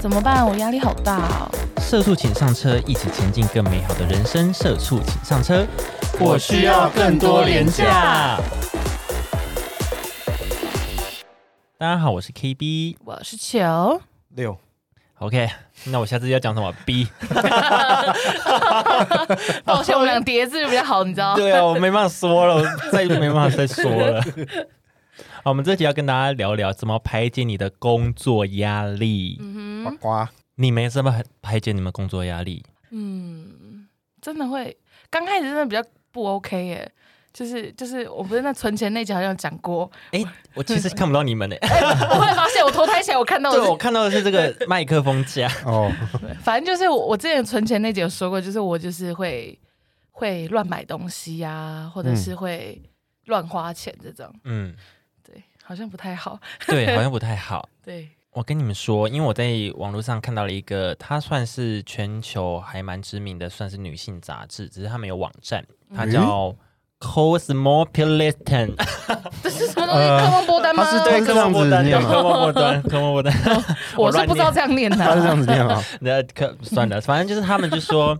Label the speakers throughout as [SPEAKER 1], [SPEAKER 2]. [SPEAKER 1] 怎么办？我压力好大哦。
[SPEAKER 2] 社畜请上车，一起前进更美好的人生。社畜请上车，
[SPEAKER 3] 我需要更多廉价。
[SPEAKER 2] 大家好，我是 KB。
[SPEAKER 1] 我是球，
[SPEAKER 3] 六
[SPEAKER 2] OK，那我下次要讲什 么 B？
[SPEAKER 1] 抱歉，我们俩叠字比较好，你知道？
[SPEAKER 2] 对啊，我没办法说了，我 再没办法再说了。好，我们这集要跟大家聊聊怎么排解你的工作压力。
[SPEAKER 1] 嗯
[SPEAKER 3] 呱
[SPEAKER 1] 哼，
[SPEAKER 3] 呱，
[SPEAKER 2] 你们怎么排解你们工作压力？
[SPEAKER 1] 嗯，真的会，刚开始真的比较不 OK 耶。就是就是，我不是那存钱那集好像有讲过，
[SPEAKER 2] 哎、我其实看不到你 们呢、
[SPEAKER 1] 我后来发现我头抬起来，我看到
[SPEAKER 2] 对，我
[SPEAKER 1] 我
[SPEAKER 2] 看到的是这个麦克风架。
[SPEAKER 3] 哦，
[SPEAKER 1] 是，反正就是我我之前存钱那集有说过，就是我就是会会乱买东西呀、或者
[SPEAKER 3] 嗯
[SPEAKER 1] 是会乱花钱这种，
[SPEAKER 2] 嗯，
[SPEAKER 1] 对，好像不太好，
[SPEAKER 2] 对，好像不太好。
[SPEAKER 1] 对，
[SPEAKER 2] 我跟你们说，因为我在网络上看到了一个，它算是全球还蛮知名的，算是女性杂志，只是它没有网站，它叫 Cosmopolitan，
[SPEAKER 1] 这是什么东西？科梦波丹吗？
[SPEAKER 3] 它呃是对
[SPEAKER 2] 科
[SPEAKER 3] 这样
[SPEAKER 2] 莫
[SPEAKER 3] 子
[SPEAKER 2] 丹，
[SPEAKER 3] 念吗
[SPEAKER 2] 科莫丹， 科莫丹。
[SPEAKER 1] 我是不知道这样念的
[SPEAKER 3] 他是这
[SPEAKER 1] 啊。
[SPEAKER 3] 样子念啊，
[SPEAKER 2] 那可算了，反正就是他们就说，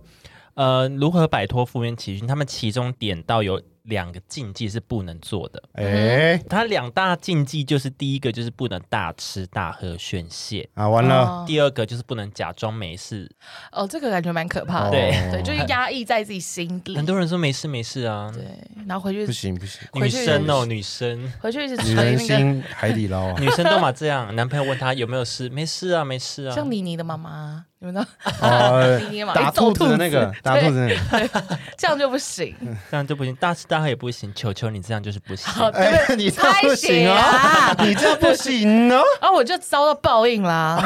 [SPEAKER 2] 呃，如何摆脱负面情绪，他们其中点到有两个禁忌是不能做的。
[SPEAKER 3] 哎
[SPEAKER 2] 它两大禁忌就是第一个就是不能大吃大喝宣泄，
[SPEAKER 3] 啊，完了，
[SPEAKER 1] 哦
[SPEAKER 2] 第二个就是不能假装没事。
[SPEAKER 1] 哦，这个感觉蛮可怕的。
[SPEAKER 3] 哦
[SPEAKER 2] 对
[SPEAKER 1] 对，就是压抑在自己心里。
[SPEAKER 2] 很多人说没事没事啊，
[SPEAKER 1] 对，然后回去
[SPEAKER 3] 不行不行，
[SPEAKER 2] 女
[SPEAKER 1] 回去
[SPEAKER 2] 生哦，女生。
[SPEAKER 1] 回去一直
[SPEAKER 3] 女
[SPEAKER 1] 捶
[SPEAKER 3] 人
[SPEAKER 1] 那个，
[SPEAKER 3] 心海底捞啊，
[SPEAKER 2] 女生都嘛这样， 男朋友问她有没有事，没事啊，没事啊。
[SPEAKER 1] 像妮妮的妈妈，你们知道
[SPEAKER 3] 哦
[SPEAKER 1] 妮妮的妈妈
[SPEAKER 3] 打
[SPEAKER 1] 一揍
[SPEAKER 3] 兔子的那个，打兔子的那 个，
[SPEAKER 1] 这样就不 行。
[SPEAKER 2] 这样就不行，大吃大喝也不行，球球你这样就是不行。
[SPEAKER 1] 好
[SPEAKER 3] 哎，你这样不行哦，
[SPEAKER 1] 啊！
[SPEAKER 3] 你这样不行哦，
[SPEAKER 1] 然啊后我就遭到报应啦，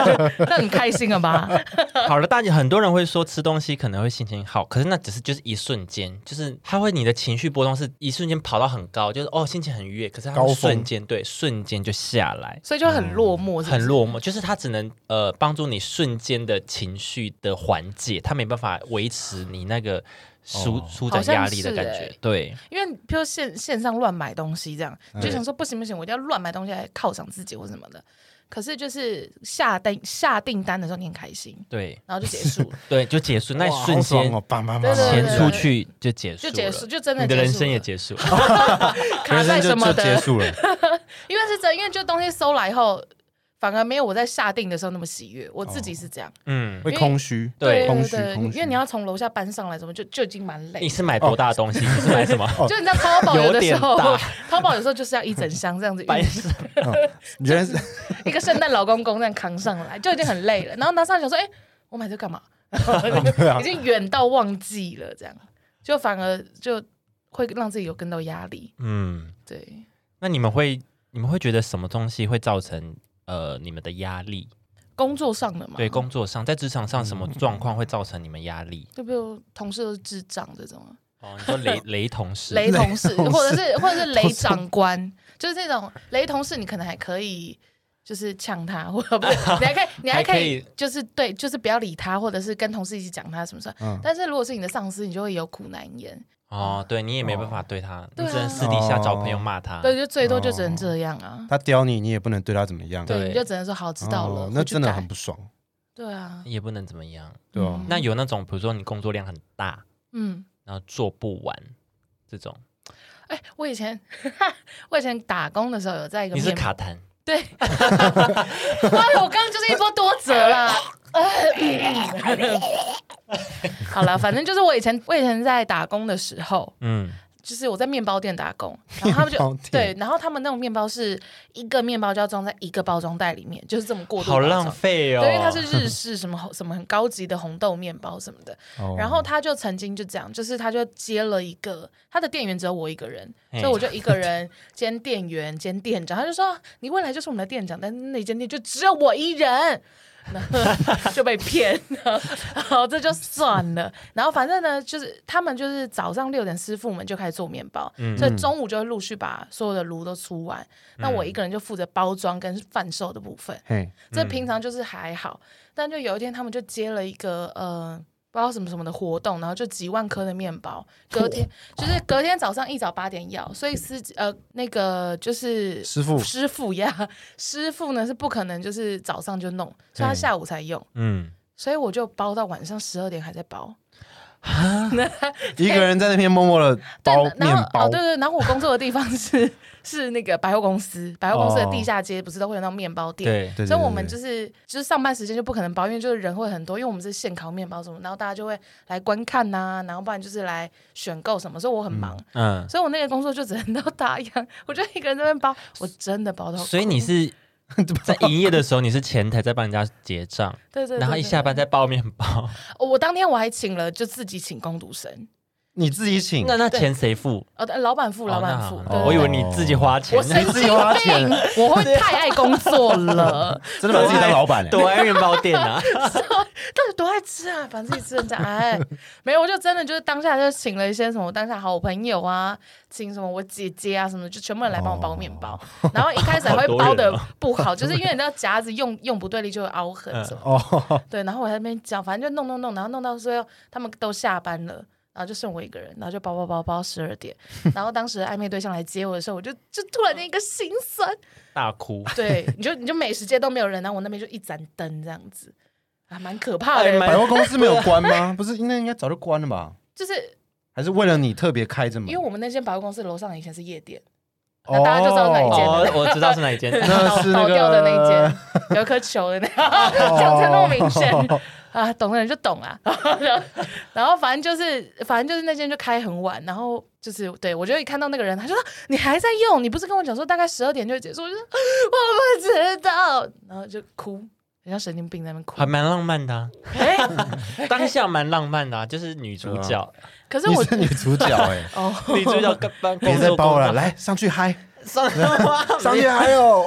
[SPEAKER 1] 那很开心了吧？
[SPEAKER 2] 好了，大家很多人会说吃东西可能会心情好，可是那只是就是一瞬间，就是它会你的情绪波动是一瞬间跑到很高，就是哦心情很愉悦，可是它
[SPEAKER 3] 高
[SPEAKER 2] 会
[SPEAKER 3] 峰
[SPEAKER 2] 瞬间对瞬间就下来，
[SPEAKER 1] 所以就
[SPEAKER 3] 嗯
[SPEAKER 1] 很落寞，是不是
[SPEAKER 2] 很。落寞，就是它只能呃帮助你瞬间的情绪的缓解，它没办法维持你那个舒、
[SPEAKER 3] 哦
[SPEAKER 2] 舒展压力的感
[SPEAKER 1] 好像
[SPEAKER 2] 觉
[SPEAKER 1] 是欸。
[SPEAKER 2] 对，
[SPEAKER 1] 因为比如线线上乱买东西这样，
[SPEAKER 3] 嗯
[SPEAKER 1] 就想说不行不行，我一定要乱买东西来犒赏自己或什么的。可是就是下单下订单的时候你很开心，
[SPEAKER 2] 对，
[SPEAKER 1] 然后就结束，
[SPEAKER 2] 对，就结束，那一
[SPEAKER 3] 哇
[SPEAKER 2] 瞬
[SPEAKER 3] 好爽
[SPEAKER 2] 间
[SPEAKER 3] 哦，爸妈妈
[SPEAKER 1] 对对对
[SPEAKER 2] 钱
[SPEAKER 1] 对
[SPEAKER 2] 出去就结束
[SPEAKER 1] 就
[SPEAKER 2] 了，
[SPEAKER 1] 结束，就真的
[SPEAKER 2] 你的人
[SPEAKER 1] 结束
[SPEAKER 2] 生
[SPEAKER 1] 了
[SPEAKER 2] 也结束了。
[SPEAKER 1] 卡
[SPEAKER 3] 人
[SPEAKER 1] 在
[SPEAKER 3] 生
[SPEAKER 1] 什
[SPEAKER 3] 就
[SPEAKER 1] 么
[SPEAKER 3] 就结
[SPEAKER 1] 的，
[SPEAKER 3] 束了，
[SPEAKER 1] 因为是真，因为就东西收来以后，反而没有我在下定的时候那么喜悦。我自己是这样，
[SPEAKER 2] 嗯，
[SPEAKER 3] 会空虚，
[SPEAKER 2] 对
[SPEAKER 3] 空
[SPEAKER 1] 对
[SPEAKER 3] 虚
[SPEAKER 1] 对，
[SPEAKER 3] 空虚，
[SPEAKER 1] 因为你要从楼下搬上来，什么就就已经蛮累
[SPEAKER 2] 你。是买多大的东西？你是买什么？
[SPEAKER 3] 哦
[SPEAKER 1] 就你知道淘宝有的时候
[SPEAKER 2] 有点，
[SPEAKER 1] 淘宝有时候就是要一整箱这样子运，
[SPEAKER 2] 白色
[SPEAKER 3] 原来是
[SPEAKER 1] 一个圣诞老公公这样扛上来，就已经很累了。然后拿上来想说，哎、我买这干嘛？
[SPEAKER 3] 对啊
[SPEAKER 1] 已，经远到忘记了，这样就反而就会让自己有更多压力。
[SPEAKER 2] 嗯，
[SPEAKER 1] 对，
[SPEAKER 2] 那你们会你们会觉得什么东西会造成呃你们的压力？
[SPEAKER 1] 工作上的嘛，
[SPEAKER 2] 对，工作上，在职场上
[SPEAKER 3] 嗯
[SPEAKER 2] 什么状况会造成你们压力？
[SPEAKER 1] 就比如同事都是智障这种啊。
[SPEAKER 2] 哦，你说 雷雷同事，
[SPEAKER 1] 雷同事，
[SPEAKER 3] 同事
[SPEAKER 1] 或者是或者是雷长官，就是这种雷同事，你可能还可以。就是呛他，或者不是，你还可以，你还可
[SPEAKER 2] 还可
[SPEAKER 1] 以
[SPEAKER 2] 以，
[SPEAKER 1] 就是对，就是不要理他，或者是跟同事一起讲他什么事。
[SPEAKER 3] 嗯
[SPEAKER 1] 但是如果是你的上司，你就会有苦难言，
[SPEAKER 2] 哦，对你也没办法对
[SPEAKER 3] 哦
[SPEAKER 2] 他，
[SPEAKER 1] 对
[SPEAKER 2] 你
[SPEAKER 1] 啊
[SPEAKER 2] 只能私底下找朋友骂他。
[SPEAKER 1] 对，
[SPEAKER 3] 啊
[SPEAKER 1] 就最多就只能这样啊。
[SPEAKER 3] 他刁你，你也不能对他怎么样，
[SPEAKER 2] 对
[SPEAKER 1] 对，你就只能说好，知道了
[SPEAKER 3] 哦，
[SPEAKER 1] 回
[SPEAKER 3] 那
[SPEAKER 1] 去
[SPEAKER 3] 真的
[SPEAKER 1] 改
[SPEAKER 3] 很不爽，
[SPEAKER 1] 对啊，
[SPEAKER 2] 也不能怎么样。
[SPEAKER 3] 对啊
[SPEAKER 1] 嗯
[SPEAKER 2] 那有那种，比如说你工作量很大，
[SPEAKER 1] 嗯，
[SPEAKER 2] 然后做不完这种，
[SPEAKER 1] 哎，我以前 我以前打工的时候有在一
[SPEAKER 3] 嗯
[SPEAKER 1] 个
[SPEAKER 2] 你是
[SPEAKER 1] 面
[SPEAKER 2] 卡痰，
[SPEAKER 1] 对，哎呦，我刚刚就是一波多折啦。 好了，反正就是我以前我以前在打工的时候，
[SPEAKER 2] 嗯，
[SPEAKER 1] 就是我在面包店打工，然后他们
[SPEAKER 3] 面包
[SPEAKER 1] 就
[SPEAKER 3] 店
[SPEAKER 1] 对，然后他们那种面包是一个面包就要装在一个包装袋里面，就是这么过度
[SPEAKER 2] 好
[SPEAKER 1] 包装
[SPEAKER 2] 浪。费哦。
[SPEAKER 1] 对，因为它是日式什么红什么很高级的红豆面包什么的，
[SPEAKER 3] 哦
[SPEAKER 1] 然后他就曾经就这样，就是他就接了一个，他的店员只有我一个人，
[SPEAKER 2] 嘿
[SPEAKER 1] 所以我就一个人兼店员兼店长。他就说你未来就是我们的店长，但是那间店就只有我一人。 然后就被骗了，然后这就算了。然后反正呢，就是他们就是早上六点，师傅们就开始做面包，所以中午就会陆续把所有的炉都出完。那我一个人就负责包装跟贩售的部分。
[SPEAKER 3] 嘿，
[SPEAKER 1] 这平常就是还好，但就有一天他们就接了一个呃，不知道什么什么的活动，然后就几万颗的面包，隔天就是隔天早上一早八点要，所以司机呃那个就是
[SPEAKER 3] 师傅
[SPEAKER 1] 师傅呀，师傅呢是不可能就是早上就弄，所以他
[SPEAKER 2] 对
[SPEAKER 1] 下午才用，
[SPEAKER 2] 嗯，
[SPEAKER 1] 所以我就包到晚上十二点还在包。
[SPEAKER 3] 一个人在那边默默的
[SPEAKER 1] 对
[SPEAKER 3] 包
[SPEAKER 1] 然
[SPEAKER 3] 面
[SPEAKER 1] 后
[SPEAKER 3] 包
[SPEAKER 1] 哦，对，对，然后我工作的地方是 是那个百货公司，百货公司的
[SPEAKER 3] 哦
[SPEAKER 1] 地下街不是都会有那种面包店，
[SPEAKER 2] 对，
[SPEAKER 3] 对对
[SPEAKER 1] 所以
[SPEAKER 3] 对
[SPEAKER 1] 我们
[SPEAKER 3] 对
[SPEAKER 1] 就是就是上班时间就不可能包，因为就是人会很多，因为我们是现烤面包什么，然后大家就会来观看呐、然后不然就是来选购什么，所以我很忙，
[SPEAKER 2] 嗯，
[SPEAKER 1] 所以我那个工作就只能 到打烊，我就一个人在那边包，我真的包到哭，
[SPEAKER 2] 所以你是在营业的时候，你是前台在帮人家结账，
[SPEAKER 1] 对 对对
[SPEAKER 2] 然后一下班
[SPEAKER 1] 对
[SPEAKER 2] 再包面包，
[SPEAKER 1] 哦我当天我还请了就自己请工读生，
[SPEAKER 3] 你自己请，
[SPEAKER 2] 那那钱谁付？
[SPEAKER 1] 呃，老板嗯付，老板付，
[SPEAKER 2] 哦那
[SPEAKER 1] 对对
[SPEAKER 2] 好我以
[SPEAKER 1] 对
[SPEAKER 2] 为你自己花钱
[SPEAKER 1] 我， 神
[SPEAKER 3] 自己
[SPEAKER 1] 经
[SPEAKER 3] 花钱
[SPEAKER 1] 病，我会太爱工作了。
[SPEAKER 3] 真的把自己当老板欸
[SPEAKER 2] 躲在面包店啊，
[SPEAKER 1] 到底多爱吃啊，把自己吃成这样。哎，没有，我就真的就是当下就请了一些什么，当下好朋友啊，请什么我姐姐啊什么的，就全部人来帮我包面包。
[SPEAKER 2] 哦
[SPEAKER 1] 然后一开始还会包的不好，就是因为你知道夹子用用不对力就会凹痕什么。
[SPEAKER 3] 哦，
[SPEAKER 1] 对，然后我在那边讲，反正就弄弄弄，然后弄到最后他们都下班了。然后就剩我一个人，然后就包包包包十二点，然后当时暧昧对象来接我的时候，我就就突然间一个心酸，
[SPEAKER 2] 大哭。
[SPEAKER 1] 对，你就你就美食街都没有人，啊然后我那边就一盏灯这样子，啊，蛮可怕
[SPEAKER 2] 哎
[SPEAKER 1] 的。
[SPEAKER 2] 蛮
[SPEAKER 3] 百货公司没有关吗？不是，应该应该早就关了吧？
[SPEAKER 1] 就是
[SPEAKER 3] 还是为了你特别开着门？
[SPEAKER 1] 因为我们那间百货公司楼上以前是夜店，
[SPEAKER 3] 哦
[SPEAKER 1] 大家就知道哪一间
[SPEAKER 2] 哦，我知道是哪一间，
[SPEAKER 3] 那
[SPEAKER 1] 倒
[SPEAKER 3] 是
[SPEAKER 1] 倒
[SPEAKER 3] 那
[SPEAKER 1] 掉
[SPEAKER 3] 个
[SPEAKER 1] 的那一间，有一颗球的那 讲成那么明
[SPEAKER 3] 哦
[SPEAKER 1] 显啊，懂的人就懂啊。 然后反正就是反正就是那间就开很晚，然后就是对我就一看到那个人，他就说啊你还在用，你不是跟我讲说大概十二点就会结束？我就说啊我不知道，然后就哭，很像神经病在那边哭
[SPEAKER 2] 还。蛮浪漫的啊，
[SPEAKER 1] 哎，
[SPEAKER 2] 当下蛮浪漫的啊，就是女主角，
[SPEAKER 1] 可是
[SPEAKER 3] 你
[SPEAKER 1] 我
[SPEAKER 3] 是女主角哎，
[SPEAKER 1] 哦，
[SPEAKER 2] 女主角跟帮
[SPEAKER 3] 别
[SPEAKER 2] 工
[SPEAKER 3] 再
[SPEAKER 2] 作
[SPEAKER 3] 包了，
[SPEAKER 2] 工作
[SPEAKER 3] 来上去嗨，
[SPEAKER 2] 上上
[SPEAKER 3] 上去嗨哦！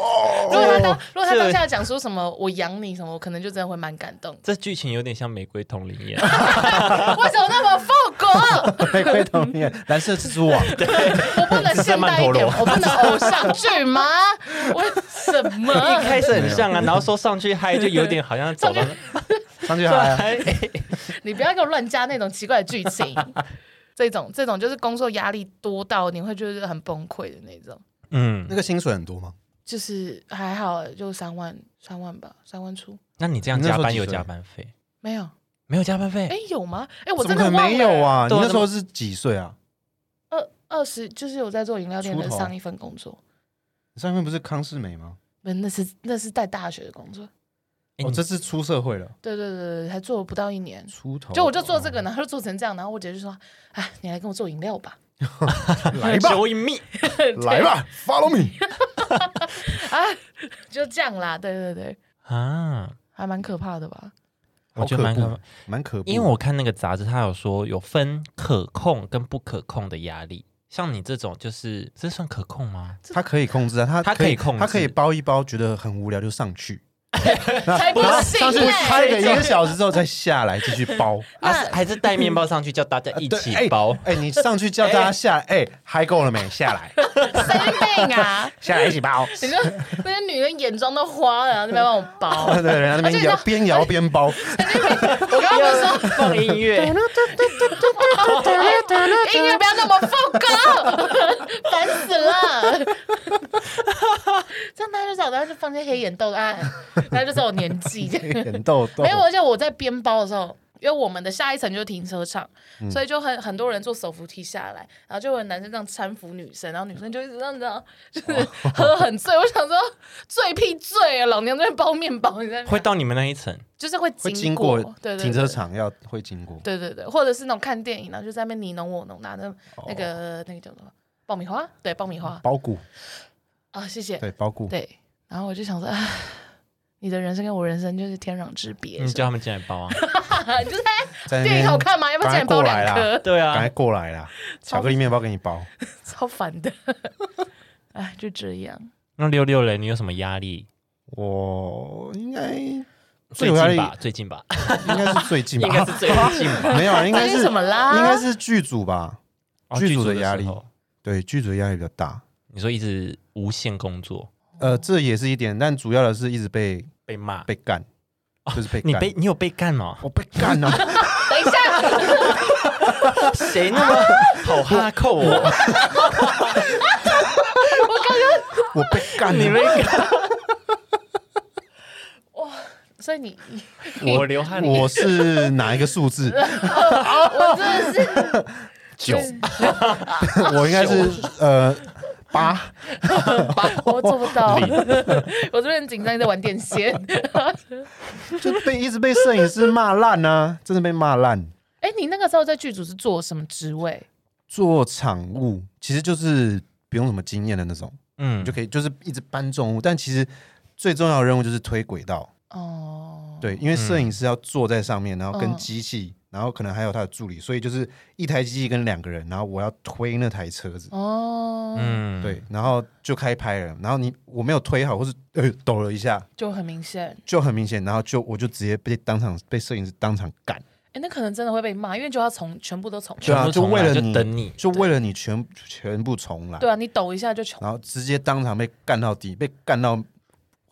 [SPEAKER 1] 如 果他当如果他
[SPEAKER 2] 这。
[SPEAKER 1] 当下讲出什么“我养你”什么，我可能就真的会蛮感动
[SPEAKER 2] 这剧情有点像《玫瑰同林 演》，
[SPEAKER 1] 为什么那么复古？
[SPEAKER 3] 玫瑰童年，蓝色蜘蛛网，
[SPEAKER 1] 我不能现代一点，我不能偶像剧 吗？为什
[SPEAKER 2] 一
[SPEAKER 1] 么？
[SPEAKER 2] 开始很像啊，然后说上去嗨就有点好像走到
[SPEAKER 3] 上 去嗨啊！
[SPEAKER 2] 哎
[SPEAKER 1] 你不要给我乱加那种奇怪的剧情。这种这种就是工作压力多到你会觉得很崩溃的那种，
[SPEAKER 2] 嗯
[SPEAKER 3] 那，个薪水很多吗？
[SPEAKER 1] 就是还好，就三万三万吧，三万出
[SPEAKER 2] 那你这样加班有加班费？
[SPEAKER 1] 没有？
[SPEAKER 2] 没有加班费？
[SPEAKER 1] 哎，有吗？哎，我
[SPEAKER 3] 怎
[SPEAKER 1] 真
[SPEAKER 3] 么
[SPEAKER 1] 的
[SPEAKER 3] 可能
[SPEAKER 1] 忘了欸
[SPEAKER 3] 没有。啊？你
[SPEAKER 2] 对啊
[SPEAKER 3] 那时候是几岁啊？
[SPEAKER 1] 二二十就是有在做饮料店的
[SPEAKER 3] 出头
[SPEAKER 1] 上一份工作，
[SPEAKER 3] 你上面不是康世美吗？
[SPEAKER 1] 不，那是那是在大学的工作。
[SPEAKER 2] 哎
[SPEAKER 3] 哦，
[SPEAKER 2] 你
[SPEAKER 3] 这次出社会了，
[SPEAKER 1] 对对对，对，还做了不到一年，
[SPEAKER 3] 出头
[SPEAKER 1] 就我就做这
[SPEAKER 3] 哦
[SPEAKER 1] 个，然后就做成这样，然后我姐就说：“哎，你来跟我做饮料吧。
[SPEAKER 3] 来吧，
[SPEAKER 2] Join me，
[SPEAKER 3] 来吧，Follow me。”
[SPEAKER 1] 啊， 就这样啦，对对对，
[SPEAKER 2] 啊！
[SPEAKER 1] 还蛮可怕的吧？
[SPEAKER 2] 我觉得蛮可
[SPEAKER 3] 好怖蛮可怖，
[SPEAKER 2] 因为我看那个杂志，它有说有分可控跟不可控的压力，像你这种就是这算可控吗？
[SPEAKER 3] 他可以控制啊，他
[SPEAKER 2] 他可以控制
[SPEAKER 3] 他可以包一包，觉得很无聊就上去，
[SPEAKER 1] 才不
[SPEAKER 3] 然后
[SPEAKER 1] 信
[SPEAKER 3] 上去
[SPEAKER 1] 嘞
[SPEAKER 3] 嗨个一个小时之后再下来继续包。
[SPEAKER 1] 那
[SPEAKER 2] 啊，是还是带面包上去叫大家一
[SPEAKER 3] 对
[SPEAKER 2] 起包？
[SPEAKER 3] 哎，哎你上去叫大家下来，哎，嗨够了没？下来，
[SPEAKER 1] 神经病啊！
[SPEAKER 3] 下来一起包。
[SPEAKER 1] 你说那些女人眼妆都花了，然后那边帮我包。
[SPEAKER 3] 对，人家
[SPEAKER 1] 而
[SPEAKER 3] 那
[SPEAKER 1] 且
[SPEAKER 3] 边
[SPEAKER 1] 你知
[SPEAKER 3] 摇
[SPEAKER 1] 道
[SPEAKER 3] 边摇边包，
[SPEAKER 1] 我刚刚不是说
[SPEAKER 2] 放音乐，
[SPEAKER 1] 音乐不要那么放歌， 烦死了。 这样大家就知道，大家就放些黑眼豆案，大家就知道我年纪。
[SPEAKER 3] 哎很逗逗
[SPEAKER 1] 没。有，而且我在边包的时候，因为我们的下一层就是停车场，
[SPEAKER 3] 嗯
[SPEAKER 1] 所以就很很多人坐手扶梯下来，然后就有男生这样搀扶女生，然后女生就一直这样子啊， 就是
[SPEAKER 3] 哦
[SPEAKER 1] 喝很醉。我想说醉屁醉啊，老娘在那包面包，你在那
[SPEAKER 2] 会到你们那一层。
[SPEAKER 1] 就是会
[SPEAKER 3] 会
[SPEAKER 1] 经
[SPEAKER 3] 经过
[SPEAKER 1] 对对对
[SPEAKER 3] 停车。场，要会经过。
[SPEAKER 1] 对对对，或者是那种看电影，然后就在那边你侬我侬，拿着那
[SPEAKER 3] 哦
[SPEAKER 1] 个、那个叫什么爆米花，对爆米花
[SPEAKER 3] 包谷，
[SPEAKER 1] 啊，谢谢。
[SPEAKER 3] 嗯对包谷，
[SPEAKER 1] 对，然后我就想说，唉你的人生跟我人生就是天壤之别，
[SPEAKER 3] 嗯
[SPEAKER 2] 你
[SPEAKER 1] 是吧
[SPEAKER 2] 叫他们进来包啊？
[SPEAKER 1] 就是
[SPEAKER 3] 在
[SPEAKER 1] 电
[SPEAKER 3] 那边
[SPEAKER 1] 影好看吗？要不要进
[SPEAKER 3] 赶快
[SPEAKER 1] 包
[SPEAKER 3] 过来
[SPEAKER 1] 两
[SPEAKER 3] 啦
[SPEAKER 1] 颗？
[SPEAKER 2] 对
[SPEAKER 3] 赶
[SPEAKER 2] 啊
[SPEAKER 3] 快，过来啦！巧克力面包给你包，
[SPEAKER 1] 超烦的。 哎，就这样。
[SPEAKER 2] 那六六嘞，你有什么压力？
[SPEAKER 3] 我应该应
[SPEAKER 2] 最近吧，最近吧，
[SPEAKER 3] 该是最近吧，
[SPEAKER 2] 应该是最近吧。
[SPEAKER 3] 没 有啊，应该
[SPEAKER 1] 最近
[SPEAKER 3] 是
[SPEAKER 1] 怎么啦？
[SPEAKER 3] 应该是剧组吧？
[SPEAKER 2] 哦
[SPEAKER 3] 剧组的压力
[SPEAKER 2] 剧时候
[SPEAKER 3] 对，剧组压力比较大。
[SPEAKER 2] 你说一直无限工作
[SPEAKER 3] 呃，这也是一点，但主要的是一直被
[SPEAKER 2] 被骂，
[SPEAKER 3] 被干，就是被
[SPEAKER 2] 你
[SPEAKER 3] 干
[SPEAKER 2] 被你有被干哦？
[SPEAKER 3] 我被干了，啊
[SPEAKER 1] 等一下，
[SPEAKER 2] 谁 那么好哈扣
[SPEAKER 3] 哦
[SPEAKER 2] 我？
[SPEAKER 3] 我被干啊
[SPEAKER 2] 你
[SPEAKER 3] 了，
[SPEAKER 2] 们
[SPEAKER 1] 所以你哦
[SPEAKER 2] 我流汗，
[SPEAKER 3] 我是哪一个数字？
[SPEAKER 1] 我真的是
[SPEAKER 3] 九，我应该是呃八，
[SPEAKER 1] 我做不 到，我这边很紧张在玩电线。
[SPEAKER 3] 就被一直被摄影师骂烂啊，真的被骂烂。
[SPEAKER 1] 哎，你那个时候在剧组是做什么职位？
[SPEAKER 3] 做场务其实就是不用什么经验的那种，
[SPEAKER 2] 嗯
[SPEAKER 3] 你就可以就是一直搬重物，但其实最重要的任务就是推轨道。
[SPEAKER 1] 哦，
[SPEAKER 3] 对，因为摄
[SPEAKER 2] 嗯
[SPEAKER 3] 影师要坐在上面，然后跟
[SPEAKER 1] 嗯
[SPEAKER 3] 机器，然后可能还有他的助理，所以就是一台机器跟两个人，然后我要推那台车子，
[SPEAKER 1] 哦，
[SPEAKER 2] 嗯，
[SPEAKER 3] 对，然后就开拍了，然后你我没有推好，或是呃抖了一下，
[SPEAKER 1] 就很明显。
[SPEAKER 3] 就很明显，然后就我就直接被当场被摄影师当场干，
[SPEAKER 1] 哎，那可能真的会被骂，因为就要从全部都重
[SPEAKER 3] 对
[SPEAKER 1] 来。
[SPEAKER 3] 啊
[SPEAKER 2] 全部重来
[SPEAKER 3] 就为了
[SPEAKER 2] 就
[SPEAKER 3] 你
[SPEAKER 2] 等你，
[SPEAKER 3] 就为了你全全部重来，
[SPEAKER 1] 对啊，你抖一下就 穷。
[SPEAKER 3] 然后直接当场被干到底，被干到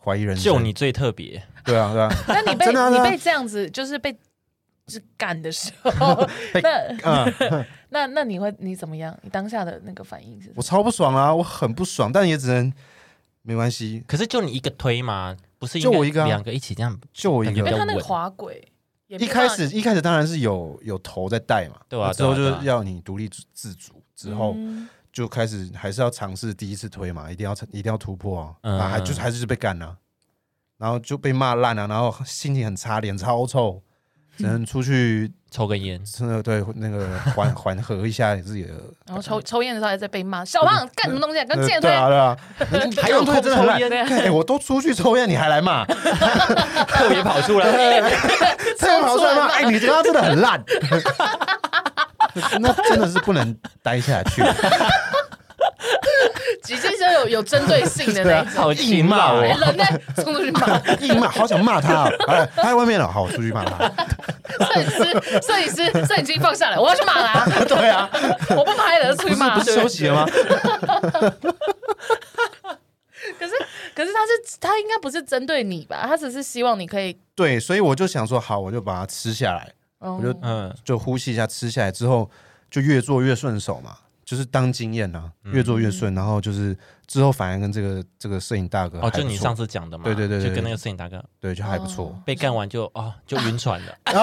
[SPEAKER 3] 怀疑人生，
[SPEAKER 2] 就你最特别，
[SPEAKER 3] 对啊对啊，
[SPEAKER 1] 那你被
[SPEAKER 3] 真的啊
[SPEAKER 1] 你
[SPEAKER 3] 真的啊
[SPEAKER 1] 被这样子，就是被就是干的时候，
[SPEAKER 3] 被
[SPEAKER 1] 那
[SPEAKER 3] 嗯，
[SPEAKER 1] 那那你会你怎么样？你当下的那个反应是什么？
[SPEAKER 3] 我超不爽啊，我很不爽，但也只能没关系，
[SPEAKER 2] 可是就你一个推嘛，不是应该
[SPEAKER 3] 就我一个啊
[SPEAKER 2] 两个一起这样，
[SPEAKER 3] 就我一
[SPEAKER 2] 感
[SPEAKER 3] 个
[SPEAKER 1] 因
[SPEAKER 2] 觉比
[SPEAKER 1] 为
[SPEAKER 2] 较
[SPEAKER 1] 哎他那个
[SPEAKER 2] 稳
[SPEAKER 1] 滑轨，也没
[SPEAKER 3] 一
[SPEAKER 1] 办
[SPEAKER 3] 开
[SPEAKER 1] 法
[SPEAKER 3] 始一开始当然是有有头在带嘛，
[SPEAKER 2] 对啊
[SPEAKER 3] 那之后
[SPEAKER 2] 对啊
[SPEAKER 3] 就
[SPEAKER 2] 对啊
[SPEAKER 3] 是要你独立自自主之后，
[SPEAKER 1] 嗯
[SPEAKER 3] 就开始还是要尝试第一次推嘛，一定要一定要突破啊，
[SPEAKER 2] 嗯
[SPEAKER 3] 然后还就是还是被干了、啊然后就被骂烂了、然后心情很差，脸超臭，只能出去
[SPEAKER 2] 抽根烟，
[SPEAKER 3] 真的对那个缓缓和一下自 己的，
[SPEAKER 1] 然后抽抽烟的时候还在被骂，小胖干什么东西啊？跟
[SPEAKER 3] 呃
[SPEAKER 1] 戒
[SPEAKER 3] 对
[SPEAKER 1] 推
[SPEAKER 3] 啊对啊，你还有推真的很烂，哎我都出去抽烟，你还 来骂，
[SPEAKER 2] 特别跑出来，
[SPEAKER 3] 这个跑出来吗？哎，你这个真的很烂， 那真的是不能待下去。
[SPEAKER 1] 极限是有有针对性的
[SPEAKER 3] 啊
[SPEAKER 1] 那一种。
[SPEAKER 2] 好勤劳
[SPEAKER 1] 哎
[SPEAKER 2] 哦，
[SPEAKER 1] 人呢？冲出去骂，
[SPEAKER 3] 硬骂，好想骂他、哦！哎，他在外面了，好，我出去骂他。
[SPEAKER 1] 摄影师，摄影师，摄影机放下来，我要去骂他。
[SPEAKER 3] 对啊，
[SPEAKER 1] 我不拍了，出去
[SPEAKER 3] 不是
[SPEAKER 1] 骂。
[SPEAKER 3] 不是休息了吗？
[SPEAKER 1] 可是可是他是他应该不是针对你吧？他只是希望你可以，
[SPEAKER 3] 对，所以我就想说，好，我就把它吃下来，
[SPEAKER 1] 我
[SPEAKER 3] 我就
[SPEAKER 2] 嗯，
[SPEAKER 3] 就呼吸一下，吃下来之后就越做越顺手嘛，就是当经验啦、越做越顺，然后就是之后反而跟这个这个摄影大哥
[SPEAKER 2] 哦，
[SPEAKER 3] 还不
[SPEAKER 2] 就你
[SPEAKER 3] 错
[SPEAKER 2] 上次讲的嘛，
[SPEAKER 3] 对对对对
[SPEAKER 2] 就跟那个摄影大哥
[SPEAKER 3] 对就还不错，
[SPEAKER 1] 哦
[SPEAKER 2] 被干完就哦就晕船 了，
[SPEAKER 1] 这这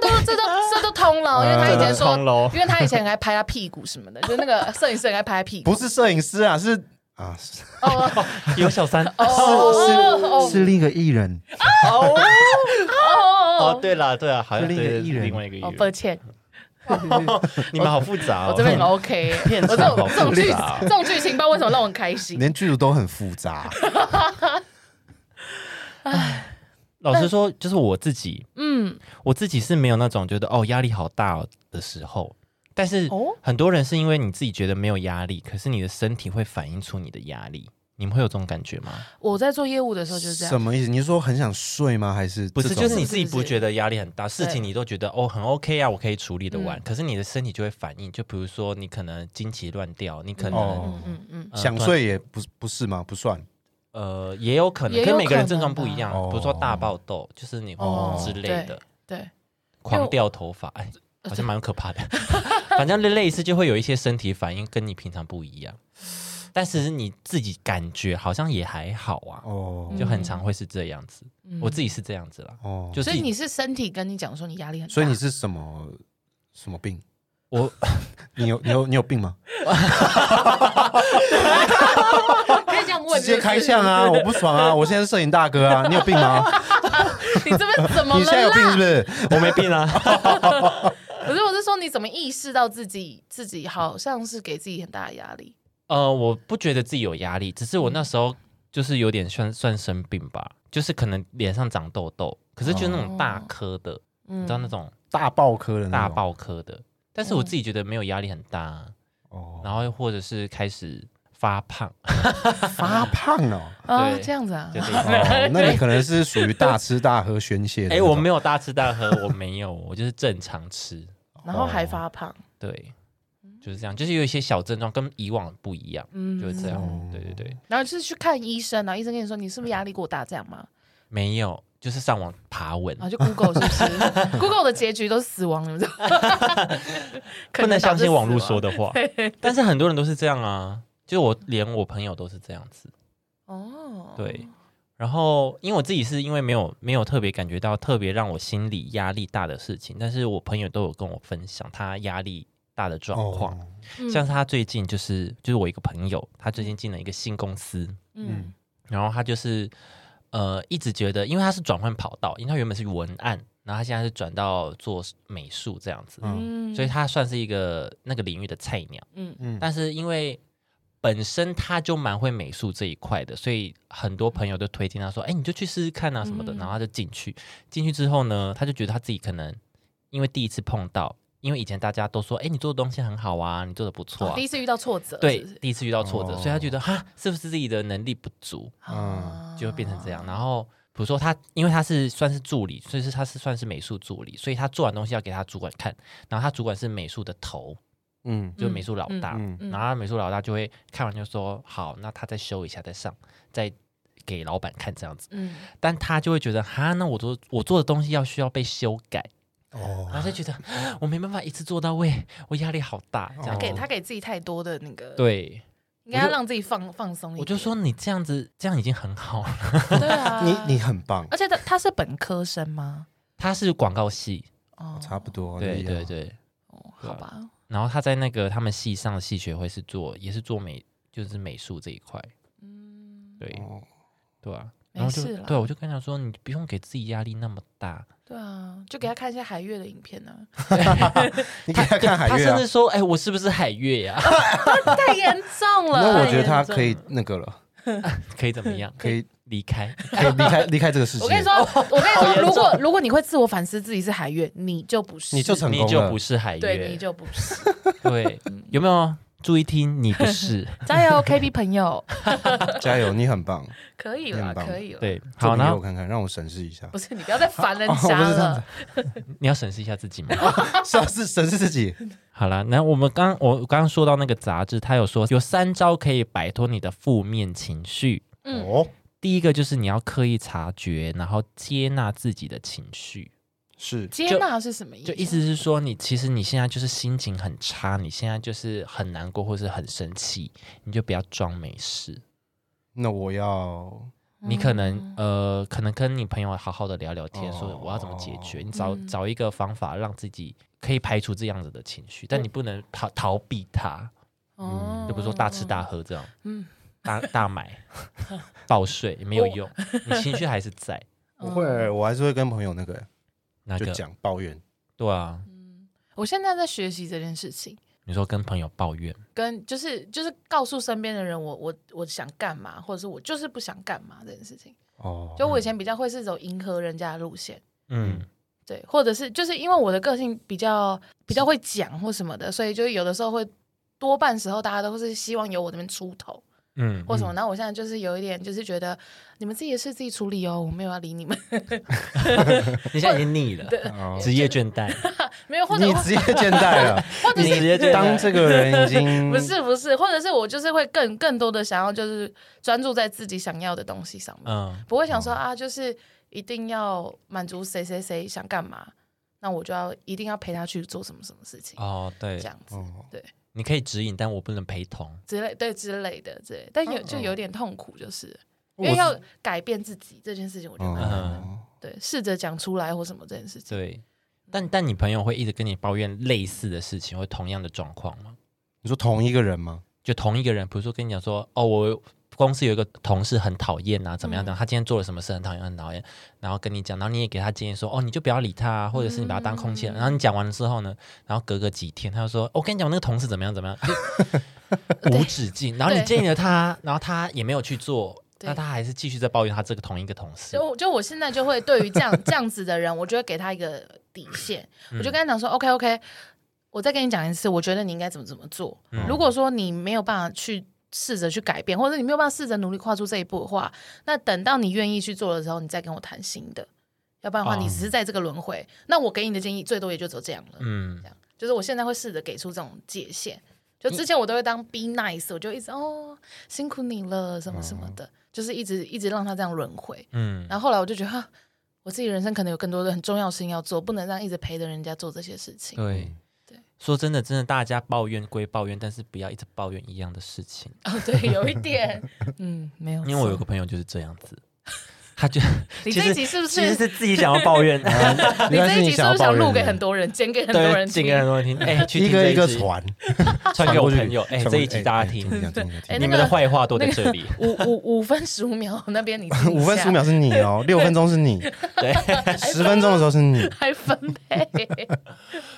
[SPEAKER 1] 都这都这都通了，哦因为他以前
[SPEAKER 3] 嗯
[SPEAKER 1] 说
[SPEAKER 2] 通
[SPEAKER 3] 哦
[SPEAKER 2] 喽，
[SPEAKER 1] 因为他以前很爱拍他屁股什么的，就是那个摄影师很爱拍他屁股。
[SPEAKER 3] 不是摄影师啊，是啊是
[SPEAKER 1] 哦哦
[SPEAKER 2] 有小三，
[SPEAKER 1] 哦哦哦
[SPEAKER 3] 是另一个 艺人，
[SPEAKER 2] 哦
[SPEAKER 1] 哦
[SPEAKER 2] 哦，对了对了，好像
[SPEAKER 3] 另一个
[SPEAKER 2] 对
[SPEAKER 3] 艺人
[SPEAKER 2] 另外一个艺
[SPEAKER 1] 哦，
[SPEAKER 2] 人
[SPEAKER 1] 抱，歉，
[SPEAKER 2] 你们好复杂哦，
[SPEAKER 1] 我这边很 OK。
[SPEAKER 2] 片
[SPEAKER 1] 我这
[SPEAKER 2] 场
[SPEAKER 1] 种
[SPEAKER 2] 好
[SPEAKER 1] 这种
[SPEAKER 2] 复
[SPEAKER 1] 剧
[SPEAKER 2] 杂
[SPEAKER 1] 这种剧情，不知道为什么让我很开心。
[SPEAKER 3] 连剧组都很复杂，
[SPEAKER 2] 老实说，就是我自己，嗯，我自己是没有那种觉得哦压力好大哦的时候，但是
[SPEAKER 1] 哦
[SPEAKER 2] 很多人是因为你自己觉得没有压力，可是你的身体会反映出你的压力。你们会有这种感觉吗？
[SPEAKER 1] 我在做业务的时候就是这
[SPEAKER 3] 什
[SPEAKER 1] 样，
[SPEAKER 3] 么意思？你是说很想睡吗？还是
[SPEAKER 2] 不是，
[SPEAKER 3] 这种
[SPEAKER 2] 就是你
[SPEAKER 1] 不
[SPEAKER 2] 自己
[SPEAKER 1] 是
[SPEAKER 2] 不觉得压力很大，事
[SPEAKER 1] 对嗯
[SPEAKER 2] 情你都觉得哦很 OK 啊，我可以处理的完，可是你的身体就会反应，就比如说你可能经期乱掉，你可能、
[SPEAKER 3] 哦
[SPEAKER 1] 嗯嗯嗯，
[SPEAKER 2] 呃
[SPEAKER 3] 想睡也不是不是吗？不算。
[SPEAKER 2] 呃也有可能，
[SPEAKER 1] 也有
[SPEAKER 2] 跟每个人
[SPEAKER 1] 可能
[SPEAKER 2] 症状不
[SPEAKER 1] 吧
[SPEAKER 2] 一样，
[SPEAKER 3] 哦
[SPEAKER 2] 比如说大爆痘，就是你
[SPEAKER 3] 哦
[SPEAKER 2] 之类的。
[SPEAKER 1] 对，
[SPEAKER 2] 狂掉头发，哎，
[SPEAKER 3] 呃
[SPEAKER 2] 好像蛮可怕的。 反正类类似就会有一些身体反应跟你平常不一样，但是你自己感觉好像也还好啊，
[SPEAKER 3] 哦
[SPEAKER 1] 嗯
[SPEAKER 3] 嗯
[SPEAKER 2] 就很常会是这样子。我自己是这样子啦，
[SPEAKER 3] 哦，
[SPEAKER 2] 就
[SPEAKER 1] 所
[SPEAKER 2] 自
[SPEAKER 1] 以
[SPEAKER 2] 己
[SPEAKER 1] 你是身体跟你讲说你压力很大，
[SPEAKER 3] 所以你是什么什么病？
[SPEAKER 2] 我
[SPEAKER 3] 你有你有你有病吗？
[SPEAKER 1] 可以这样问，
[SPEAKER 3] 直接开枪啊！我不爽啊！我现在是摄影大哥啊！你有病吗？
[SPEAKER 1] 你这边怎么
[SPEAKER 3] 你现在
[SPEAKER 1] 了
[SPEAKER 3] 有病是
[SPEAKER 1] 啦？
[SPEAKER 3] 不是？
[SPEAKER 2] 我没病啊，
[SPEAKER 1] 可是我是说，你怎么意识到自己自己好像是给自己很大的压力？
[SPEAKER 2] 呃，我不觉得自己有压力，只是我那时候就是有点算算生病吧，就是可能脸上长痘痘，可是就那种大颗的，你
[SPEAKER 1] 嗯
[SPEAKER 2] 知道那种
[SPEAKER 3] 大爆科的哦嗯那
[SPEAKER 2] 大
[SPEAKER 3] 种
[SPEAKER 2] 爆颗的，但是我自己觉得没有压力很大啊、
[SPEAKER 3] 哦，
[SPEAKER 2] 然后或者是开始发胖，
[SPEAKER 3] 发胖哦。
[SPEAKER 1] 啊，
[SPEAKER 2] 对
[SPEAKER 1] 这样子啊
[SPEAKER 2] 就，这种。
[SPEAKER 3] 哦，那你可能是属于大吃大喝宣泄的
[SPEAKER 2] 哎、
[SPEAKER 3] 那种。
[SPEAKER 2] 我没有大吃大喝，我没有，我就是正常吃，
[SPEAKER 1] 然后
[SPEAKER 3] 哦
[SPEAKER 1] 还发胖，
[SPEAKER 2] 对，就是这样，就是有一些小症状跟以往不一样，
[SPEAKER 1] 嗯，
[SPEAKER 2] 就是这样，
[SPEAKER 3] 嗯
[SPEAKER 2] 对对对，
[SPEAKER 1] 然后就是去看医生啊，医生跟你说你是不是压力过大这样吗？
[SPEAKER 2] 没有，就是上网爬文
[SPEAKER 1] 然，啊后就 Google 是不 是？Google 的结局都是死亡，你们知道？
[SPEAKER 2] 不
[SPEAKER 1] 可导致
[SPEAKER 2] 能相信网络
[SPEAKER 1] 死
[SPEAKER 2] 说
[SPEAKER 1] 亡
[SPEAKER 2] 的话。但是很多人都是这样啊，就我连我朋友都是这样子。
[SPEAKER 1] 哦，
[SPEAKER 2] 对，然后因为我自己是因为没有没有特别感觉到特别让我心理压力大的事情，但是我朋友都有跟我分享他压力大的状况，
[SPEAKER 3] 哦
[SPEAKER 1] 嗯
[SPEAKER 2] 像是他最近就是就是我一个朋友，他最近进了一个新公司，
[SPEAKER 1] 嗯
[SPEAKER 2] 然后他就是呃一直觉得，因为他是转换跑道，因为他原本是文案，然后他现在是转到做美术这样子，
[SPEAKER 3] 嗯
[SPEAKER 1] 嗯
[SPEAKER 2] 所以他算是一个那个领域的菜鸟。
[SPEAKER 1] 嗯
[SPEAKER 3] 嗯，
[SPEAKER 2] 但是因为本身他就蛮会美术这一块的，所以很多朋友都推荐他说：“哎、你就去试试看啊什么的。
[SPEAKER 1] 嗯
[SPEAKER 2] 然后他就进去，进去之后呢，他就觉得他自己可能因为第一次碰到，因为以前大家都说：“哎、你做的东西很好啊，你做的不错
[SPEAKER 1] 哦
[SPEAKER 2] 啊。
[SPEAKER 1] 第一次遇到挫折，
[SPEAKER 2] 对
[SPEAKER 1] 是不是，
[SPEAKER 2] 第一次遇到挫折，
[SPEAKER 3] 哦
[SPEAKER 2] 所以他觉得哈，是不是自己的能力不足，
[SPEAKER 1] 啊
[SPEAKER 2] 嗯就会变成这样。然后比如说他，因为他是算是助理，所以是他是算是美术助理，所以他做完东西要给他主管看，然后他主管是美术的头，
[SPEAKER 3] 嗯
[SPEAKER 2] 就美术老
[SPEAKER 1] 嗯
[SPEAKER 2] 大，
[SPEAKER 3] 嗯
[SPEAKER 1] 嗯
[SPEAKER 2] 然后美术老大就会看完就说好，那他再修一下再上，再给老板看这样子，
[SPEAKER 1] 嗯，
[SPEAKER 2] 但他就会觉得哈，那我做我做的东西要需要被修改，
[SPEAKER 3] 哦
[SPEAKER 2] 然后就觉得我没办法一次做到位，我压力好大，这
[SPEAKER 1] 啊他
[SPEAKER 2] 样子
[SPEAKER 1] 给他给自己太多的那个，，
[SPEAKER 2] 哦对，
[SPEAKER 1] 应该要让自己放放松一点。
[SPEAKER 2] 我就说你这样子这样已经很好了。
[SPEAKER 1] 对啊，
[SPEAKER 3] 你你很棒，
[SPEAKER 1] 而且他他是本科生吗？
[SPEAKER 2] 他是广告系，
[SPEAKER 1] 哦，
[SPEAKER 3] 差不多，
[SPEAKER 2] 对
[SPEAKER 3] 你一样
[SPEAKER 2] 对，对，
[SPEAKER 1] 哦
[SPEAKER 2] 对
[SPEAKER 1] 好
[SPEAKER 2] 啊
[SPEAKER 1] 吧，
[SPEAKER 2] 然后他在那个他们系上的系学会是做也是做美就是美术这一块，
[SPEAKER 1] 嗯，
[SPEAKER 2] 对
[SPEAKER 3] 哦
[SPEAKER 2] 对啊。
[SPEAKER 1] 没
[SPEAKER 2] 然后就
[SPEAKER 1] 事啦
[SPEAKER 2] 对，我就跟他说，你不用给自己压力那么大，
[SPEAKER 1] 对啊，就给他看一些海月的影片啊呢，
[SPEAKER 3] 你给他看海
[SPEAKER 2] 他
[SPEAKER 3] 月
[SPEAKER 2] 甚
[SPEAKER 3] 啊
[SPEAKER 2] 至，说：“哎、我是不是海月啊呀、
[SPEAKER 1] 太严重 了。
[SPEAKER 3] 那我觉得
[SPEAKER 2] 太
[SPEAKER 3] 他
[SPEAKER 2] 严重
[SPEAKER 3] 可以
[SPEAKER 2] 了
[SPEAKER 3] 那个了，
[SPEAKER 2] 可以怎么样？
[SPEAKER 3] 可以
[SPEAKER 2] 离开？
[SPEAKER 3] 可以离开离开这个世界，
[SPEAKER 1] 我跟你说，我跟你说，如果如果你会自我反思自己是海月，你就不是，
[SPEAKER 3] 你就成
[SPEAKER 2] 你
[SPEAKER 3] 功
[SPEAKER 2] 就
[SPEAKER 3] 了
[SPEAKER 2] 不，是海
[SPEAKER 1] 对，你
[SPEAKER 2] 月，
[SPEAKER 1] 就不是。
[SPEAKER 2] 对，有没有注意听？你不 是，
[SPEAKER 1] 加油，KB 朋友，
[SPEAKER 3] 加油，你很棒，
[SPEAKER 1] 可以
[SPEAKER 3] 你
[SPEAKER 1] 啦，
[SPEAKER 3] 很棒
[SPEAKER 1] 可以啦。，
[SPEAKER 2] 对，
[SPEAKER 3] 做
[SPEAKER 2] 好，
[SPEAKER 3] 给
[SPEAKER 2] 然
[SPEAKER 3] 我
[SPEAKER 2] 后
[SPEAKER 3] 看看，让我审视一下
[SPEAKER 1] 不，是你不要再烦人
[SPEAKER 3] 哦我
[SPEAKER 1] 家
[SPEAKER 3] 不是这样
[SPEAKER 1] 了
[SPEAKER 3] 子。
[SPEAKER 2] 你要审视一下自己嘛。
[SPEAKER 3] 是要是审视自己，
[SPEAKER 2] 好了，那我们刚我刚刚说到那个杂志，它有说有三招可以摆脱你的负面情绪。
[SPEAKER 1] 嗯
[SPEAKER 3] 哦，
[SPEAKER 2] 第一个就是你要刻意察觉，然后接纳自己的情绪。
[SPEAKER 3] 是
[SPEAKER 1] 接纳是什么意思？
[SPEAKER 2] 就意思是说，
[SPEAKER 1] 嗯
[SPEAKER 2] 你其实你现在就是心情很差，你现在就是很难过或是很生气，你就不要装没事。
[SPEAKER 3] 那我要
[SPEAKER 2] 你可能
[SPEAKER 1] 嗯
[SPEAKER 2] 呃，可能跟你朋友好好的聊聊天，
[SPEAKER 3] 哦
[SPEAKER 2] 说我要怎么解决，你找
[SPEAKER 1] 嗯
[SPEAKER 2] 找一个方法让自己可以排除这样子的情绪，但你不能逃逃避它，
[SPEAKER 1] 哦
[SPEAKER 2] 嗯就比如说大吃大喝这样，
[SPEAKER 1] 嗯
[SPEAKER 2] 大大买 报税也没有用，你情绪还是在
[SPEAKER 1] 嗯
[SPEAKER 3] 不会，我还是会跟朋友那个
[SPEAKER 2] 那
[SPEAKER 3] 就
[SPEAKER 2] 个
[SPEAKER 3] 讲抱怨，
[SPEAKER 2] 对啊，
[SPEAKER 1] 我现在在学习这件事情，
[SPEAKER 2] 你说跟朋友抱怨，
[SPEAKER 1] 跟就是就是告诉身边的人我，我我想干嘛，或者是我就是不想干嘛这件事情。
[SPEAKER 3] 哦，
[SPEAKER 1] 就我以前比较会是走迎合人家的路线，
[SPEAKER 2] 嗯，
[SPEAKER 1] 对，或者是就是因为我的个性比较比较会讲或什么的，所以就有的时候会多半时候大家都是希望由我这边出头
[SPEAKER 2] 嗯
[SPEAKER 1] 或什么。然后我现在就是有一点就是觉得你们自己的事自己处理哦，我没有要理你们，
[SPEAKER 2] 嗯你现在已经腻了，
[SPEAKER 3] 哦
[SPEAKER 2] 职业倦 怠，
[SPEAKER 1] 没有或者
[SPEAKER 3] 你职业倦怠了，
[SPEAKER 1] 或者
[SPEAKER 2] 你
[SPEAKER 1] 是
[SPEAKER 2] 职业倦
[SPEAKER 3] 当
[SPEAKER 2] 怠，
[SPEAKER 3] 这个人已经
[SPEAKER 1] 不是不是，或者是我就是会更更多的想要就是专注在自己想要的东西上面，
[SPEAKER 2] 嗯，
[SPEAKER 1] 不会想说、啊，就是一定要满足谁谁谁想干嘛，那我就要一定要陪他去做什么什么事情，
[SPEAKER 2] 哦，对
[SPEAKER 1] 这，样子、
[SPEAKER 3] 哦
[SPEAKER 2] 你可以指引，但我不能陪同。
[SPEAKER 1] 之类对之类的之类的，但有就有点痛苦，就是、
[SPEAKER 3] 哦我
[SPEAKER 1] 因为
[SPEAKER 3] 是哦
[SPEAKER 1] 要改变自己这件事情，我觉得蛮难的、
[SPEAKER 2] 嗯
[SPEAKER 1] 对，试着讲出来或什么这件事情，
[SPEAKER 2] 对，但但你朋友会一直跟你抱怨类似的事情，或同样的状况吗？
[SPEAKER 3] 你说同一个人吗？
[SPEAKER 2] 就同一个人，比如说跟你讲说，哦，我公司有一个同事很讨厌啊，怎么样
[SPEAKER 1] 嗯
[SPEAKER 2] 怎么样，他今天做了什么事很讨厌，很讨厌，然后跟你讲，然后你也给他建议说，哦，你就不要理他、
[SPEAKER 1] 嗯
[SPEAKER 2] 啊，或者是你把他当空气人。然后你讲完了之后呢，然后隔个几天，他就说，哦我、跟你讲，我那个同事怎么样怎么样， 就无止境。然后你
[SPEAKER 1] 对
[SPEAKER 2] 建议了他，然后他也没有去做，
[SPEAKER 1] 对
[SPEAKER 2] 那他还是继续在抱怨他这个同一个同事。
[SPEAKER 1] 就就我现在就会对于这样这样子的人，我就会给他一个底线，我就
[SPEAKER 2] 嗯
[SPEAKER 1] 跟他讲说，OK OK，我再跟你讲一次，我觉得你应该怎么怎么做。
[SPEAKER 2] 嗯
[SPEAKER 1] 如果说你没有办法去试着去改变，或者你没有办法试着努力跨出这一步的话，那等到你愿意去做的时候，你再跟我谈新的。要不然的话，
[SPEAKER 2] 哦
[SPEAKER 1] 你只是在这个轮回，那我给你的建议最多也就只有这样了。
[SPEAKER 2] 嗯
[SPEAKER 1] 这，样就是我现在会试着给出这种界限。就之前我都会当 be nice，我就一直哦辛苦你了什么什么的，就是一直一直让他这样轮回。
[SPEAKER 2] 哦嗯，
[SPEAKER 1] 然后后来我就觉得，哈我自己人生可能有更多的很重要的事情要做，不能让一直陪着人家做这些事情。
[SPEAKER 2] 对
[SPEAKER 3] 嗯
[SPEAKER 1] 对。
[SPEAKER 2] 说真的，真的，大家抱怨归抱怨，但是不要一直抱怨一样的事情。
[SPEAKER 1] 哦，对，有一点，嗯，没有错。
[SPEAKER 2] 因为我有个朋友就是这样子，他 就
[SPEAKER 1] 你
[SPEAKER 2] 其
[SPEAKER 1] 这一
[SPEAKER 2] 实
[SPEAKER 1] 集是不
[SPEAKER 2] 其实
[SPEAKER 1] 是？
[SPEAKER 2] 是自己想要抱 怨，
[SPEAKER 1] 你这一集是不是想录给很
[SPEAKER 3] 多
[SPEAKER 1] 多人，剪给很多
[SPEAKER 2] 对，
[SPEAKER 1] 人
[SPEAKER 2] 进
[SPEAKER 1] 听
[SPEAKER 2] 给？很多人听，哎，去
[SPEAKER 3] 一
[SPEAKER 2] 听
[SPEAKER 3] 个
[SPEAKER 2] 这
[SPEAKER 3] 一个
[SPEAKER 2] 集
[SPEAKER 3] 传，
[SPEAKER 2] 传给我朋友，哎，
[SPEAKER 3] 传过
[SPEAKER 2] 这
[SPEAKER 3] 去
[SPEAKER 2] 一集大家
[SPEAKER 3] 哎听一
[SPEAKER 2] 听，
[SPEAKER 3] 下，听一下，
[SPEAKER 1] 哎
[SPEAKER 3] 听一
[SPEAKER 1] 那
[SPEAKER 2] 你
[SPEAKER 3] 下。
[SPEAKER 2] 们的坏话都在 这里，
[SPEAKER 1] 五五五分十五秒那哎边你
[SPEAKER 3] 五分十五秒是你 哦，六分钟是你，
[SPEAKER 2] 对。
[SPEAKER 3] 十分钟的时候是你，
[SPEAKER 1] 还分配，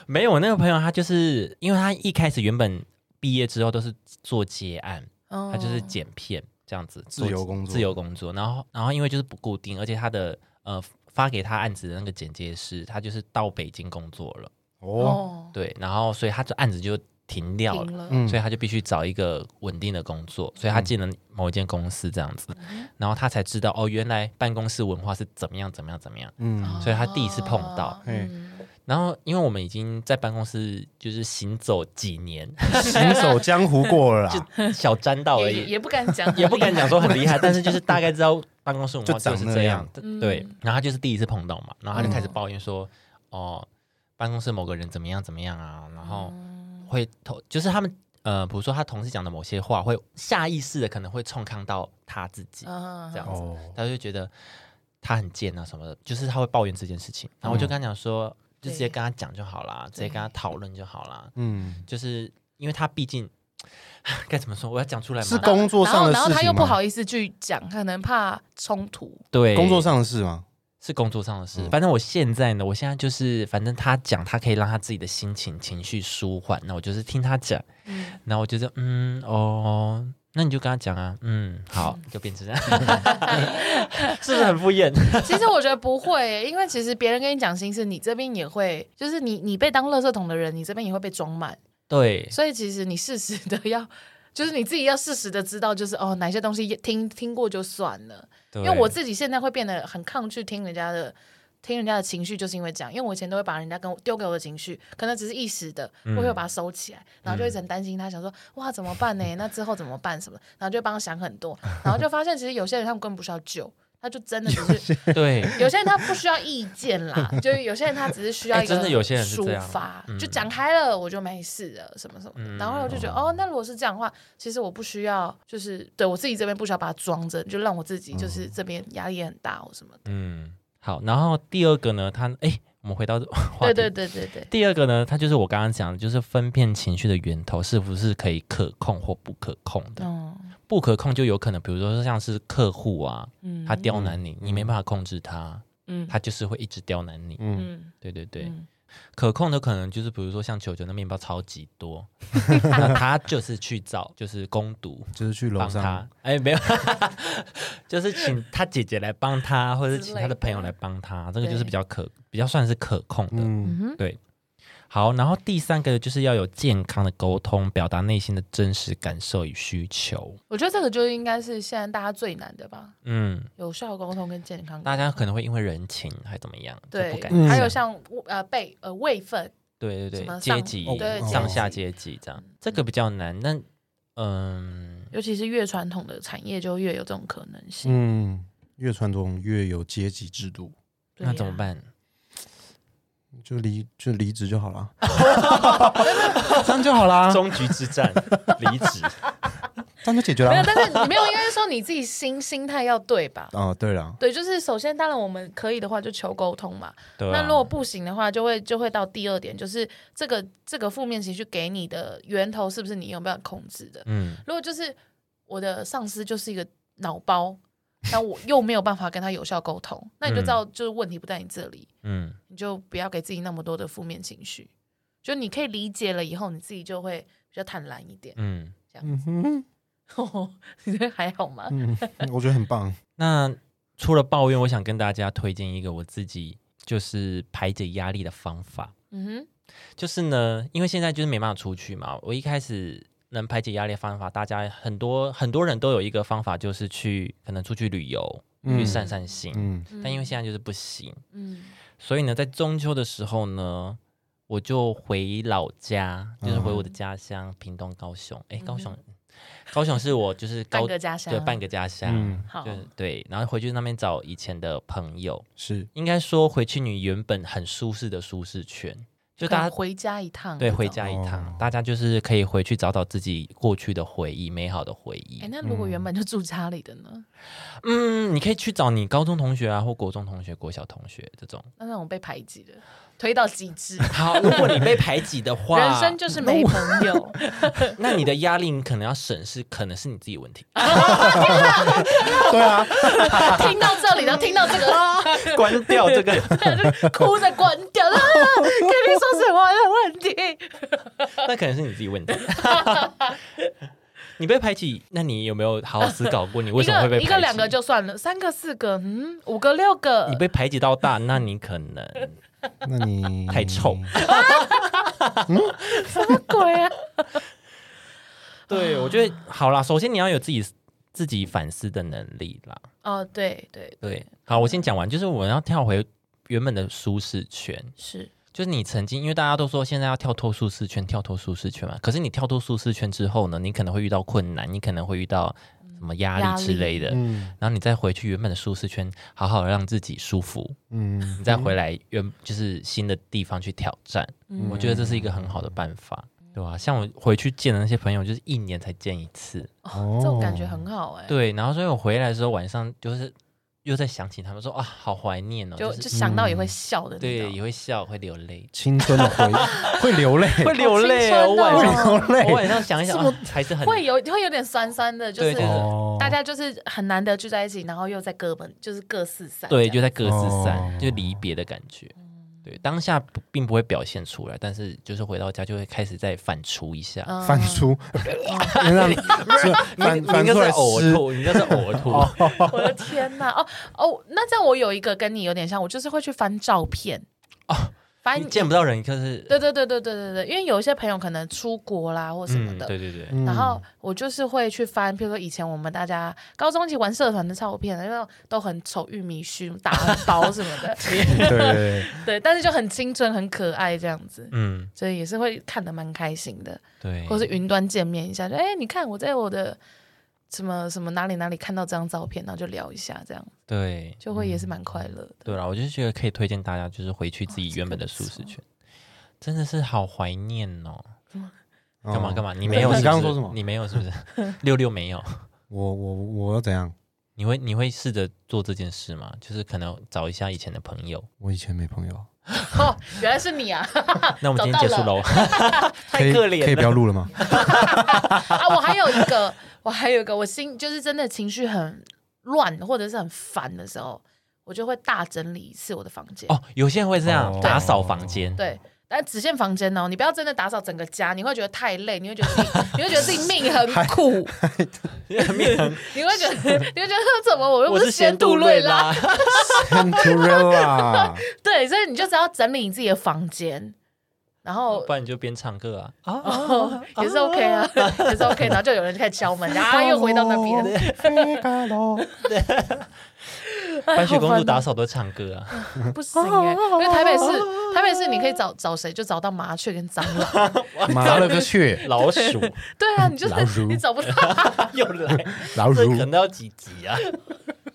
[SPEAKER 2] 没有，我那个朋友他就是因为他一开始原本毕业之后都是做接案，
[SPEAKER 1] 他
[SPEAKER 2] 他就是剪片这样子，
[SPEAKER 3] 自由工作
[SPEAKER 2] 自由工作。然后，然后因为就是不固定，而且他的呃发给他案子的那个剪接师，他就是到北京工作了，
[SPEAKER 3] 哦，
[SPEAKER 2] 对，然后所以他的案子就停掉了。
[SPEAKER 1] 停了，
[SPEAKER 3] 嗯
[SPEAKER 2] 所以他就必须找一个稳定的工作，所以他进了某一间公司这样子，
[SPEAKER 1] 嗯
[SPEAKER 2] 然后他才知道哦，原来办公室文化是怎么样怎么样怎么样。
[SPEAKER 1] 哦
[SPEAKER 3] 嗯，
[SPEAKER 2] 所以他第一次碰
[SPEAKER 3] 哦
[SPEAKER 2] 到
[SPEAKER 1] 嗯
[SPEAKER 2] 然后因为我们已经在办公室就是行走几 年，
[SPEAKER 3] 行走江湖过了啦，
[SPEAKER 2] 就小沾到而
[SPEAKER 1] 也也
[SPEAKER 2] 已，
[SPEAKER 1] 也不敢讲，
[SPEAKER 2] 也不敢讲说很厉害，但是就是大概知道办公室文化
[SPEAKER 3] 就长
[SPEAKER 2] 是
[SPEAKER 3] 那
[SPEAKER 2] 这
[SPEAKER 3] 样
[SPEAKER 2] 样，对
[SPEAKER 1] 嗯
[SPEAKER 2] 对。然后他就是第一次碰到嘛，然后他就开始
[SPEAKER 1] 嗯
[SPEAKER 2] 抱怨说，哦，办公室某个人怎么样怎么样啊，然后
[SPEAKER 1] 嗯
[SPEAKER 2] 会投，就是他们呃，比如说他同事讲的某些话，会下意识的可能会冲康到他自己，
[SPEAKER 1] 啊
[SPEAKER 2] 这样
[SPEAKER 3] 哦，
[SPEAKER 2] 他就觉得他很贱啊什么的，就是他会抱怨这件事情。然后我就跟他讲说，就直接跟他讲就好啦，直接跟他讨论就好啦，
[SPEAKER 3] 嗯，
[SPEAKER 2] 就是因为他毕竟 该怎么说，我要讲出来
[SPEAKER 3] 是
[SPEAKER 2] 吗？
[SPEAKER 3] 工作
[SPEAKER 1] 然
[SPEAKER 3] 上
[SPEAKER 1] 后
[SPEAKER 3] 的
[SPEAKER 1] 然后
[SPEAKER 3] 事
[SPEAKER 1] 他又
[SPEAKER 3] 情
[SPEAKER 1] 不
[SPEAKER 3] 吗？
[SPEAKER 1] 好意思去讲，可能怕冲突，
[SPEAKER 2] 对，
[SPEAKER 3] 工作上的事吗？
[SPEAKER 2] 是工作上的事。
[SPEAKER 3] 嗯
[SPEAKER 2] 反正我现在呢，我现在就是，反正他讲，他可以让他自己的心情情绪舒缓。那我就是听他讲，
[SPEAKER 1] 嗯，
[SPEAKER 2] 然后我就说，嗯，哦，那你就跟他讲啊，嗯，好，就变成这样， 是不是很敷衍？
[SPEAKER 1] 其实我觉得不会，因为其实别人跟你讲心事，你这边也会，就是你你被当垃圾桶的人，你这边也会被装满，
[SPEAKER 2] 对，
[SPEAKER 1] 所以其实你适时的要。就是你自己要适时的知道，就是哦，哪些东西听听过就算了。
[SPEAKER 2] 因
[SPEAKER 1] 因为我自己现在会变得很抗拒听人家的听人家的情绪，就是因为这样。因为我以前都会把人家跟我丢给我的情绪，可能只是一时的，我会把它收起来，然后就一直很担心他，想说哇怎么办呢？那之后怎么办什么的？然后就会帮他想很多，然后就发现其实有些人他们根本不需要救，他就真的只是
[SPEAKER 2] 对，
[SPEAKER 1] 有些人他不需要意见啦，就是有些人他只是需要一个
[SPEAKER 2] 哎真的有些人是
[SPEAKER 1] 抒
[SPEAKER 2] 这样
[SPEAKER 1] 发，
[SPEAKER 2] 嗯
[SPEAKER 1] 就讲开了我就没事了，什么什么的。
[SPEAKER 2] 嗯
[SPEAKER 1] 然后我就觉得，哦，那如果是这样的话，其实我不需要，就是对我自己这边不需要把它装着，就让我自己就是这边压力也很大或什么的。
[SPEAKER 2] 嗯，好。然后第二个呢，他哎，我们 回到话
[SPEAKER 1] 对
[SPEAKER 2] 题。
[SPEAKER 1] 对对对对，
[SPEAKER 2] 第二个呢，它就是我刚刚讲的，就是分辨情绪的源头是不是可以可控或不可控的。
[SPEAKER 1] 嗯
[SPEAKER 2] 不可控就有可能，比如说像是客户啊，
[SPEAKER 1] 嗯，
[SPEAKER 2] 他刁难你，你没办法控制他，
[SPEAKER 1] 嗯
[SPEAKER 2] 他就是会一直刁难你。
[SPEAKER 3] 嗯，
[SPEAKER 1] 嗯
[SPEAKER 2] 对对对，
[SPEAKER 1] 嗯
[SPEAKER 2] 可控的可能就是比如说像球球那面包超级 多，那他就是去找就是攻读
[SPEAKER 3] 就是去楼
[SPEAKER 2] 帮
[SPEAKER 3] 上，
[SPEAKER 2] 他，哎没有， 就是请他姐姐来帮他，或者是请他的朋友来帮他，这个就是比较可比较算是可控的。
[SPEAKER 3] 嗯，
[SPEAKER 1] 嗯嗯哼
[SPEAKER 2] 好，然后第三个就是要有健康的沟通，表达内心的真实感受与需求。
[SPEAKER 1] 我觉得这个就应该是现在大家最难的吧，
[SPEAKER 2] 嗯，
[SPEAKER 1] 有效沟通跟健康沟通。
[SPEAKER 2] 大家可能会因为人情还怎么样，就
[SPEAKER 1] 对
[SPEAKER 2] 不敢
[SPEAKER 3] 嗯，
[SPEAKER 1] 还有像呃辈呃位分，
[SPEAKER 2] 对对
[SPEAKER 1] 什么
[SPEAKER 2] 对，阶
[SPEAKER 1] 上
[SPEAKER 2] 级、
[SPEAKER 1] 对
[SPEAKER 2] 上
[SPEAKER 3] 阶
[SPEAKER 2] 下
[SPEAKER 1] 级嗯
[SPEAKER 2] 阶级这样，这个比较难。但嗯，
[SPEAKER 1] 尤其是越传统的产业，就越有这种可能性。
[SPEAKER 3] 嗯，越传统越有阶级制度，
[SPEAKER 1] 对
[SPEAKER 2] 那怎
[SPEAKER 1] 呀
[SPEAKER 2] 么？办？
[SPEAKER 3] 就离就离职就好 了，这样就好啦，
[SPEAKER 2] 终局之战，离职。
[SPEAKER 3] 这样就解决了
[SPEAKER 1] 没有，。但是你没有，应该是说你自己心心态要对 吧？
[SPEAKER 3] 哦，对了，
[SPEAKER 1] 对，就是首先，当然我们可以的话就求沟通嘛。
[SPEAKER 2] 对、啊，
[SPEAKER 1] 那如果不行的话，就会就会到第二点，就是这个这个负面情绪给你的源头是不是你有没有控制的？
[SPEAKER 2] 嗯，
[SPEAKER 1] 如果就是我的上司就是一个脑包，那我又没有办法跟他有效沟通，那你就知道就是问题不在你这里，
[SPEAKER 2] 嗯，
[SPEAKER 1] 你就不要给自己那么多的负面情绪。就你可以理解了以后，你自己就会比较坦然一点。
[SPEAKER 2] 嗯，
[SPEAKER 3] 嗯哼，
[SPEAKER 1] 你觉得还好吗？
[SPEAKER 3] 嗯，我觉得很棒，
[SPEAKER 2] 那除了抱怨，我想跟大家推荐一个我自己就是排解压力的方法，
[SPEAKER 1] 嗯哼，
[SPEAKER 2] 就是呢，因为现在就是没办法出去嘛，我一开始。能排解压力的方法，大家很多很多人都有一个方法，就是去可能出去旅游，去
[SPEAKER 3] 嗯
[SPEAKER 2] 散散心。
[SPEAKER 3] 嗯
[SPEAKER 2] 但因为现在就是不行，
[SPEAKER 1] 嗯
[SPEAKER 2] 所以呢，在中秋的时候呢，
[SPEAKER 3] 嗯
[SPEAKER 2] 我就回老家，就是回我的家乡、屏东高雄。哎，高雄，高雄是我就是
[SPEAKER 1] 嗯半
[SPEAKER 2] 高
[SPEAKER 1] 个家乡
[SPEAKER 2] 对，半个家乡，
[SPEAKER 4] 嗯
[SPEAKER 1] 好
[SPEAKER 2] 就对，然后回去那边找以前的朋友，
[SPEAKER 3] 是
[SPEAKER 2] 应该说回去你原本很舒适的舒适圈，就
[SPEAKER 1] 可能
[SPEAKER 2] 大家
[SPEAKER 1] 回家一趟，
[SPEAKER 2] 对回。家一趟，大家就是可以回去找找自己过去的回忆，美好的回忆
[SPEAKER 1] 哎，。那如果原本就住家里的呢？
[SPEAKER 2] 嗯，你可以去找你高中同学啊，或国中同学、国小同学这种。
[SPEAKER 1] 那那种被排挤的，推到极致，
[SPEAKER 2] 好，如果你被排挤的 话，
[SPEAKER 1] 人生就是没朋 友。
[SPEAKER 2] 那你的压力你可能要审视，可能是你自己的 问题。
[SPEAKER 3] 对啊，
[SPEAKER 1] 听到这里，然后听到这 个，啊
[SPEAKER 2] 关掉这个，
[SPEAKER 1] 哭着关掉了，跟你说什么的问题？
[SPEAKER 2] 那可能是你自己问题。 你被排挤，那你有没有好好思考过你为
[SPEAKER 1] 一
[SPEAKER 2] 什么会
[SPEAKER 1] 个
[SPEAKER 2] 被排
[SPEAKER 1] 一
[SPEAKER 2] 挤？
[SPEAKER 1] 个两个就算了，三个四个，嗯，五个六个
[SPEAKER 2] 你，被排挤到大，那你可能
[SPEAKER 3] 那你
[SPEAKER 2] 太臭。
[SPEAKER 1] 什么鬼啊？
[SPEAKER 2] 对我觉得好啦，首先你要有自己自己反思的能力啦。
[SPEAKER 1] 哦，对对
[SPEAKER 2] 对，好，我先讲完，就是我要跳回原本的舒适圈，
[SPEAKER 1] 是，
[SPEAKER 2] 就是你曾经，因为大家都说现在要跳脱舒适圈，跳脱舒适圈嘛。可是你跳脱舒适圈之后呢，你可能会遇到困难，你可能会遇到什么压
[SPEAKER 1] 压
[SPEAKER 2] 力
[SPEAKER 1] 力
[SPEAKER 2] 之类的。
[SPEAKER 3] 嗯
[SPEAKER 2] 然后你再回去原本的舒适圈，好好让自己舒服，
[SPEAKER 3] 嗯，
[SPEAKER 2] 你再回来原就是新的地方去挑战。
[SPEAKER 1] 嗯
[SPEAKER 2] 我觉得这是一个很好的办法，对吧、像我回去见的那些朋友，就是一年才见一次，
[SPEAKER 1] 哦，这种感觉很好哎，
[SPEAKER 2] 对。然后所以我回来的时候，晚上就是又在想起他们说啊，好怀念哦，
[SPEAKER 1] 就
[SPEAKER 2] 就是
[SPEAKER 1] 就想到也会笑的哦那
[SPEAKER 2] 对，
[SPEAKER 1] 种。
[SPEAKER 2] 也会笑，会流泪
[SPEAKER 3] 青春的 回忆 会流泪，
[SPEAKER 2] 会流泪
[SPEAKER 1] 好
[SPEAKER 2] 哦。
[SPEAKER 1] 青
[SPEAKER 2] 我
[SPEAKER 1] 春哦
[SPEAKER 2] 晚上，
[SPEAKER 3] 会
[SPEAKER 2] 我
[SPEAKER 3] 流泪
[SPEAKER 2] 晚上想一想，啊还是很
[SPEAKER 1] 会有会有点酸酸的，就
[SPEAKER 2] 对
[SPEAKER 1] 是
[SPEAKER 2] 对对
[SPEAKER 1] 大家就是很难得聚在一起，然后又在各本就是各四散这
[SPEAKER 2] 对，
[SPEAKER 1] 样，
[SPEAKER 2] 就在各自散，
[SPEAKER 3] 哦
[SPEAKER 2] 就离别的感觉。
[SPEAKER 1] 嗯
[SPEAKER 2] 对，当下不并不会表现出来，但是就是回到家就会开始再反刍一下。
[SPEAKER 1] 嗯
[SPEAKER 3] 反 出，你让是反
[SPEAKER 2] 你应
[SPEAKER 3] 反
[SPEAKER 2] 该
[SPEAKER 3] 出来哦
[SPEAKER 2] 是呕
[SPEAKER 3] 湿，
[SPEAKER 2] 吐，你应该是呕 吐。
[SPEAKER 1] 我的天呐！哦哦，那这样我有一个跟你有点像，我就是会去翻照片哦，翻
[SPEAKER 2] 你见不到人，就是
[SPEAKER 1] 对对对对对对对，因为有一些朋友可能出国啦或什么
[SPEAKER 2] 嗯，
[SPEAKER 1] 的。
[SPEAKER 2] 对对对，
[SPEAKER 3] 嗯
[SPEAKER 1] 然后我就是会去翻，譬如说以前我们大家高中一起玩社团的照片，因为都很丑，玉米须、打很薄什么 的，
[SPEAKER 3] 对对对，
[SPEAKER 1] 对，但是就很青春、很可爱这样子，
[SPEAKER 2] 嗯，
[SPEAKER 1] 所以也是会看得蛮开心的。
[SPEAKER 2] 对，
[SPEAKER 1] 或是云端见面一下，就哎、你看我在我的什么什么哪里哪里看到这张照片，然后就聊一下，这样
[SPEAKER 2] 对
[SPEAKER 1] 就会也
[SPEAKER 2] 嗯
[SPEAKER 1] 是蛮快乐的。
[SPEAKER 2] 对啦，我就是觉得可以推荐大家，就是回去自己原本的舒适圈，真的是好怀念哦。干嘛干嘛？
[SPEAKER 3] 嘛？
[SPEAKER 2] 你没有？
[SPEAKER 3] 哦
[SPEAKER 2] 是不
[SPEAKER 3] 你
[SPEAKER 2] 是
[SPEAKER 3] 刚刚说什么
[SPEAKER 2] 你没有是不是？ 六六没有？
[SPEAKER 3] 我我我要怎样？
[SPEAKER 2] 你会你会试着做这件事吗？就是可能找一下以前的朋友。
[SPEAKER 3] 我以前没朋友，
[SPEAKER 1] 哦，原来是你啊！
[SPEAKER 2] 那我们今天结束喽，
[SPEAKER 3] 可
[SPEAKER 2] 太
[SPEAKER 3] 以
[SPEAKER 2] 可怜了
[SPEAKER 3] 可以不要录了 吗？
[SPEAKER 1] 啊，我还有一个，我还有一个，我心就是真的情绪很乱或者是很烦的时候，我就会大整理一次我的房间。
[SPEAKER 2] 哦，有些人会这样
[SPEAKER 3] 哦
[SPEAKER 2] 打扫房间，
[SPEAKER 1] 对。但只限房间哦，你不要真的打扫整个家，你会觉得太累，你会觉得自己，你会觉得自己命很苦， 你会觉得，你会觉得 怎么我又不
[SPEAKER 2] 我是
[SPEAKER 1] 仙
[SPEAKER 2] 仙
[SPEAKER 1] 杜
[SPEAKER 2] 杜
[SPEAKER 1] 瑞
[SPEAKER 2] 瑞
[SPEAKER 1] 拉，
[SPEAKER 2] 拉，
[SPEAKER 3] 很突然啦，
[SPEAKER 1] 对，所以你就只要整理你自己的房间，然后
[SPEAKER 2] 不然你就边唱歌啊 啊！
[SPEAKER 1] 哦也是 OK 啊， 也是 OK，然后就有人开始敲门，然后又回到那
[SPEAKER 3] 哦
[SPEAKER 1] 边。
[SPEAKER 2] 白雪公主
[SPEAKER 1] 哦
[SPEAKER 2] 打扫都唱歌啊，
[SPEAKER 1] 不行哎、因为台北市，台北市你可以找找谁就找到麻雀跟蟑螂，
[SPEAKER 3] 麻了个去，
[SPEAKER 2] 老鼠
[SPEAKER 1] 对啊，你就
[SPEAKER 3] 老
[SPEAKER 1] 是
[SPEAKER 3] 鼠
[SPEAKER 1] 你找不到，
[SPEAKER 2] 又来，
[SPEAKER 3] 老
[SPEAKER 2] 这
[SPEAKER 3] 鼠
[SPEAKER 2] 可能要几集啊？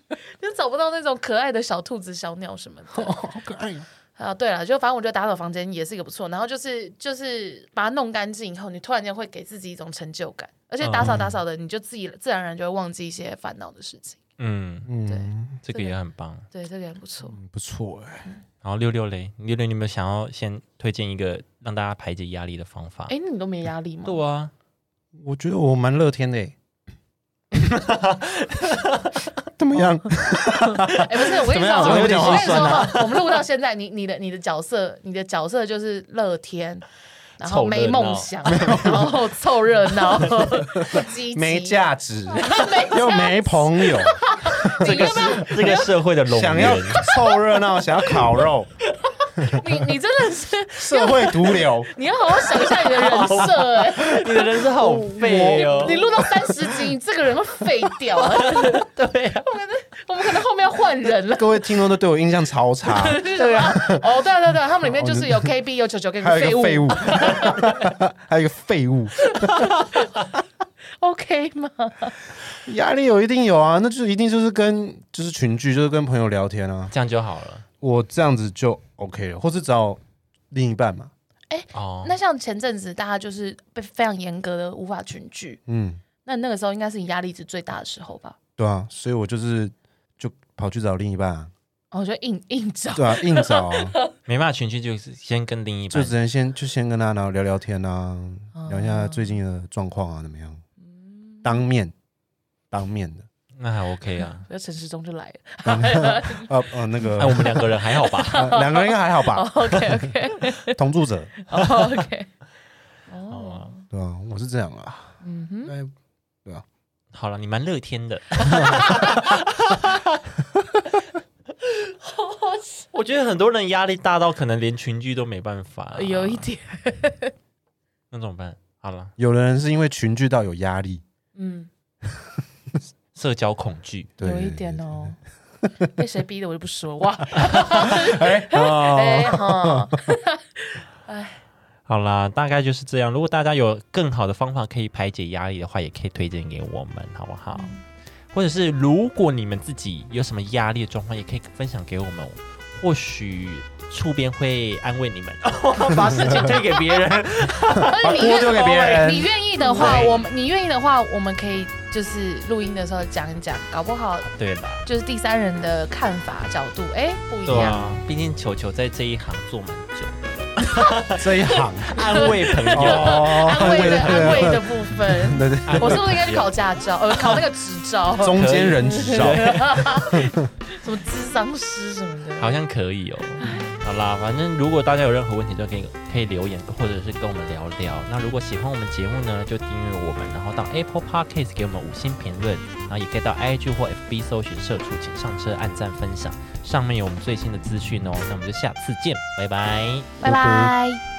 [SPEAKER 1] 你就找不到那种可爱的小兔子、小鸟什么的。哦好可爱啊，对了，就反正我觉得打扫房间也是一个不错，然后就是就是把它弄干净以后，你突然间会给自己一种成就感，而且打扫打扫的，你就自己自然而然就会忘记一些烦恼的事情。
[SPEAKER 2] 嗯，
[SPEAKER 3] 嗯，
[SPEAKER 2] 这个也很棒。
[SPEAKER 1] 对，这个也不错。
[SPEAKER 3] 不错哎，
[SPEAKER 2] 然后六六嘞，六六，你有没有想要先推荐一个让大家排解压力的方法？
[SPEAKER 1] 哎、你都没压力吗？
[SPEAKER 2] 啊对啊，
[SPEAKER 3] 我觉得我蛮乐天的欸，怎么
[SPEAKER 1] 哦
[SPEAKER 3] 样？
[SPEAKER 1] 哎、不是，我跟你
[SPEAKER 2] 怎么
[SPEAKER 1] 说，
[SPEAKER 2] 样怎么有点
[SPEAKER 1] 我跟你
[SPEAKER 2] 心酸啊
[SPEAKER 1] 说，我们录到现在，你你的你的角色，你的角色就是乐天，然后
[SPEAKER 2] 凑热闹
[SPEAKER 1] 没梦想，然后凑热 闹，不积极，
[SPEAKER 3] 没价值，
[SPEAKER 1] 没
[SPEAKER 3] 又没朋友，
[SPEAKER 1] 你要不要？
[SPEAKER 2] 这个社会的龙
[SPEAKER 3] 想要
[SPEAKER 2] 人，
[SPEAKER 3] 凑热闹，想要烤 肉，
[SPEAKER 1] 你你真的是，
[SPEAKER 3] 社会毒瘤，
[SPEAKER 1] 你要好好想一下你的人设、 哎，
[SPEAKER 2] 你的人是好废哦
[SPEAKER 1] 你录到三十集，你这个人会废掉、啊。
[SPEAKER 2] 对啊，
[SPEAKER 1] 我们可能后面要换人了。
[SPEAKER 3] 各位听众都对我印象超 差，
[SPEAKER 1] 对啊，哦，对啊对啊对啊，他们里面
[SPEAKER 2] 哦
[SPEAKER 1] 就是有 KB，有九九跟
[SPEAKER 3] 还有一个废
[SPEAKER 1] 物
[SPEAKER 3] 物，还有一个废物，
[SPEAKER 1] OK 吗？
[SPEAKER 3] 压力有一定有啊，那就是一定就是跟就是群聚，就是跟朋友聊天啊，
[SPEAKER 2] 这样就好了。
[SPEAKER 3] 我这样子就 OK 了，或是找另一半嘛，
[SPEAKER 2] 哦，
[SPEAKER 1] 那像前阵子大家就是被非常严格的无法群聚，
[SPEAKER 3] 嗯，
[SPEAKER 1] 那那个时候应该是你压力值最大的时候吧？
[SPEAKER 3] 对啊，所以我就是就跑去找另一半、啊，
[SPEAKER 1] 然哦后就硬硬找，
[SPEAKER 3] 对啊，硬找、啊，
[SPEAKER 2] 没办法群聚，就是先跟另一
[SPEAKER 3] 就
[SPEAKER 2] 半
[SPEAKER 3] 只能先就先跟他然后聊聊天啊，
[SPEAKER 1] 嗯
[SPEAKER 3] 聊一下最近的状况啊，怎么样？当面，当面的，
[SPEAKER 2] 那还 OK 啊。
[SPEAKER 1] 那陈世忠就来了。
[SPEAKER 3] 呃呃，那 个
[SPEAKER 2] 哎，
[SPEAKER 1] 哦
[SPEAKER 2] 我们两个人还好 吧？
[SPEAKER 3] 呃两个人应该还好吧？
[SPEAKER 1] OK OK
[SPEAKER 3] 同住者，
[SPEAKER 1] 哦 OK，哦
[SPEAKER 2] 哦，
[SPEAKER 3] 对啊，我是这样啊，
[SPEAKER 1] 嗯哼，
[SPEAKER 3] 哎
[SPEAKER 2] 好了，你蛮乐天 的。我觉得很多人压力大到可能连群聚都没办
[SPEAKER 3] 啊
[SPEAKER 2] 法，啊
[SPEAKER 1] 有一点，
[SPEAKER 2] 那怎么办？好了，
[SPEAKER 3] 有的人是因为群聚到有压力，
[SPEAKER 1] 嗯，
[SPEAKER 2] 社交恐惧，
[SPEAKER 3] 对，
[SPEAKER 1] 有一点哦。被谁逼的我就不说哇，
[SPEAKER 3] 哎， 哦，
[SPEAKER 1] 哎 哈，
[SPEAKER 2] 好啦，大概就是这样。如果大家有更好的方法可以排解压力的话，也可以推荐给我们，好不
[SPEAKER 1] 嗯
[SPEAKER 2] 好？或者是如果你们自己有什么压力的状况，也可以分享给我们，或许触边会安慰你们， 把事情推给别人。
[SPEAKER 1] 而
[SPEAKER 3] 把
[SPEAKER 1] 且你
[SPEAKER 3] 锅丢给别
[SPEAKER 1] 愿
[SPEAKER 3] 人
[SPEAKER 1] 你愿意的话，
[SPEAKER 2] 对
[SPEAKER 1] 我们你愿意的话，我们可以就是录音的时候讲一讲，搞不好
[SPEAKER 2] 对啦，
[SPEAKER 1] 就是第三人的看法角度，哎，不一
[SPEAKER 2] 对
[SPEAKER 1] 样。
[SPEAKER 2] 啊，毕竟球球在这一行做蛮久的，
[SPEAKER 3] 这一 行，
[SPEAKER 2] 安慰朋友。
[SPEAKER 3] 哦，
[SPEAKER 1] 安慰的安慰的
[SPEAKER 3] 对
[SPEAKER 1] 部 分，
[SPEAKER 3] 对对，
[SPEAKER 2] 安慰
[SPEAKER 1] 我是不是应该
[SPEAKER 2] 朋
[SPEAKER 1] 去
[SPEAKER 2] 友
[SPEAKER 1] 考驾照？呃，考那个执照，
[SPEAKER 3] 中间人执照，
[SPEAKER 1] 什么智商师什么的。
[SPEAKER 2] 好像可以哦。好啦，反正如果大家有任何问题，都可以可以留言，或者是跟我们聊聊。那如果喜欢我们节目呢，就订阅我们，然后到 Apple Podcast 给我们五星评论，然后也可以到 IG 或 FB 搜寻“社畜请上车”，按赞分享，上面有我们最新的资讯哦。那我们就下次见，拜拜。
[SPEAKER 1] 拜拜。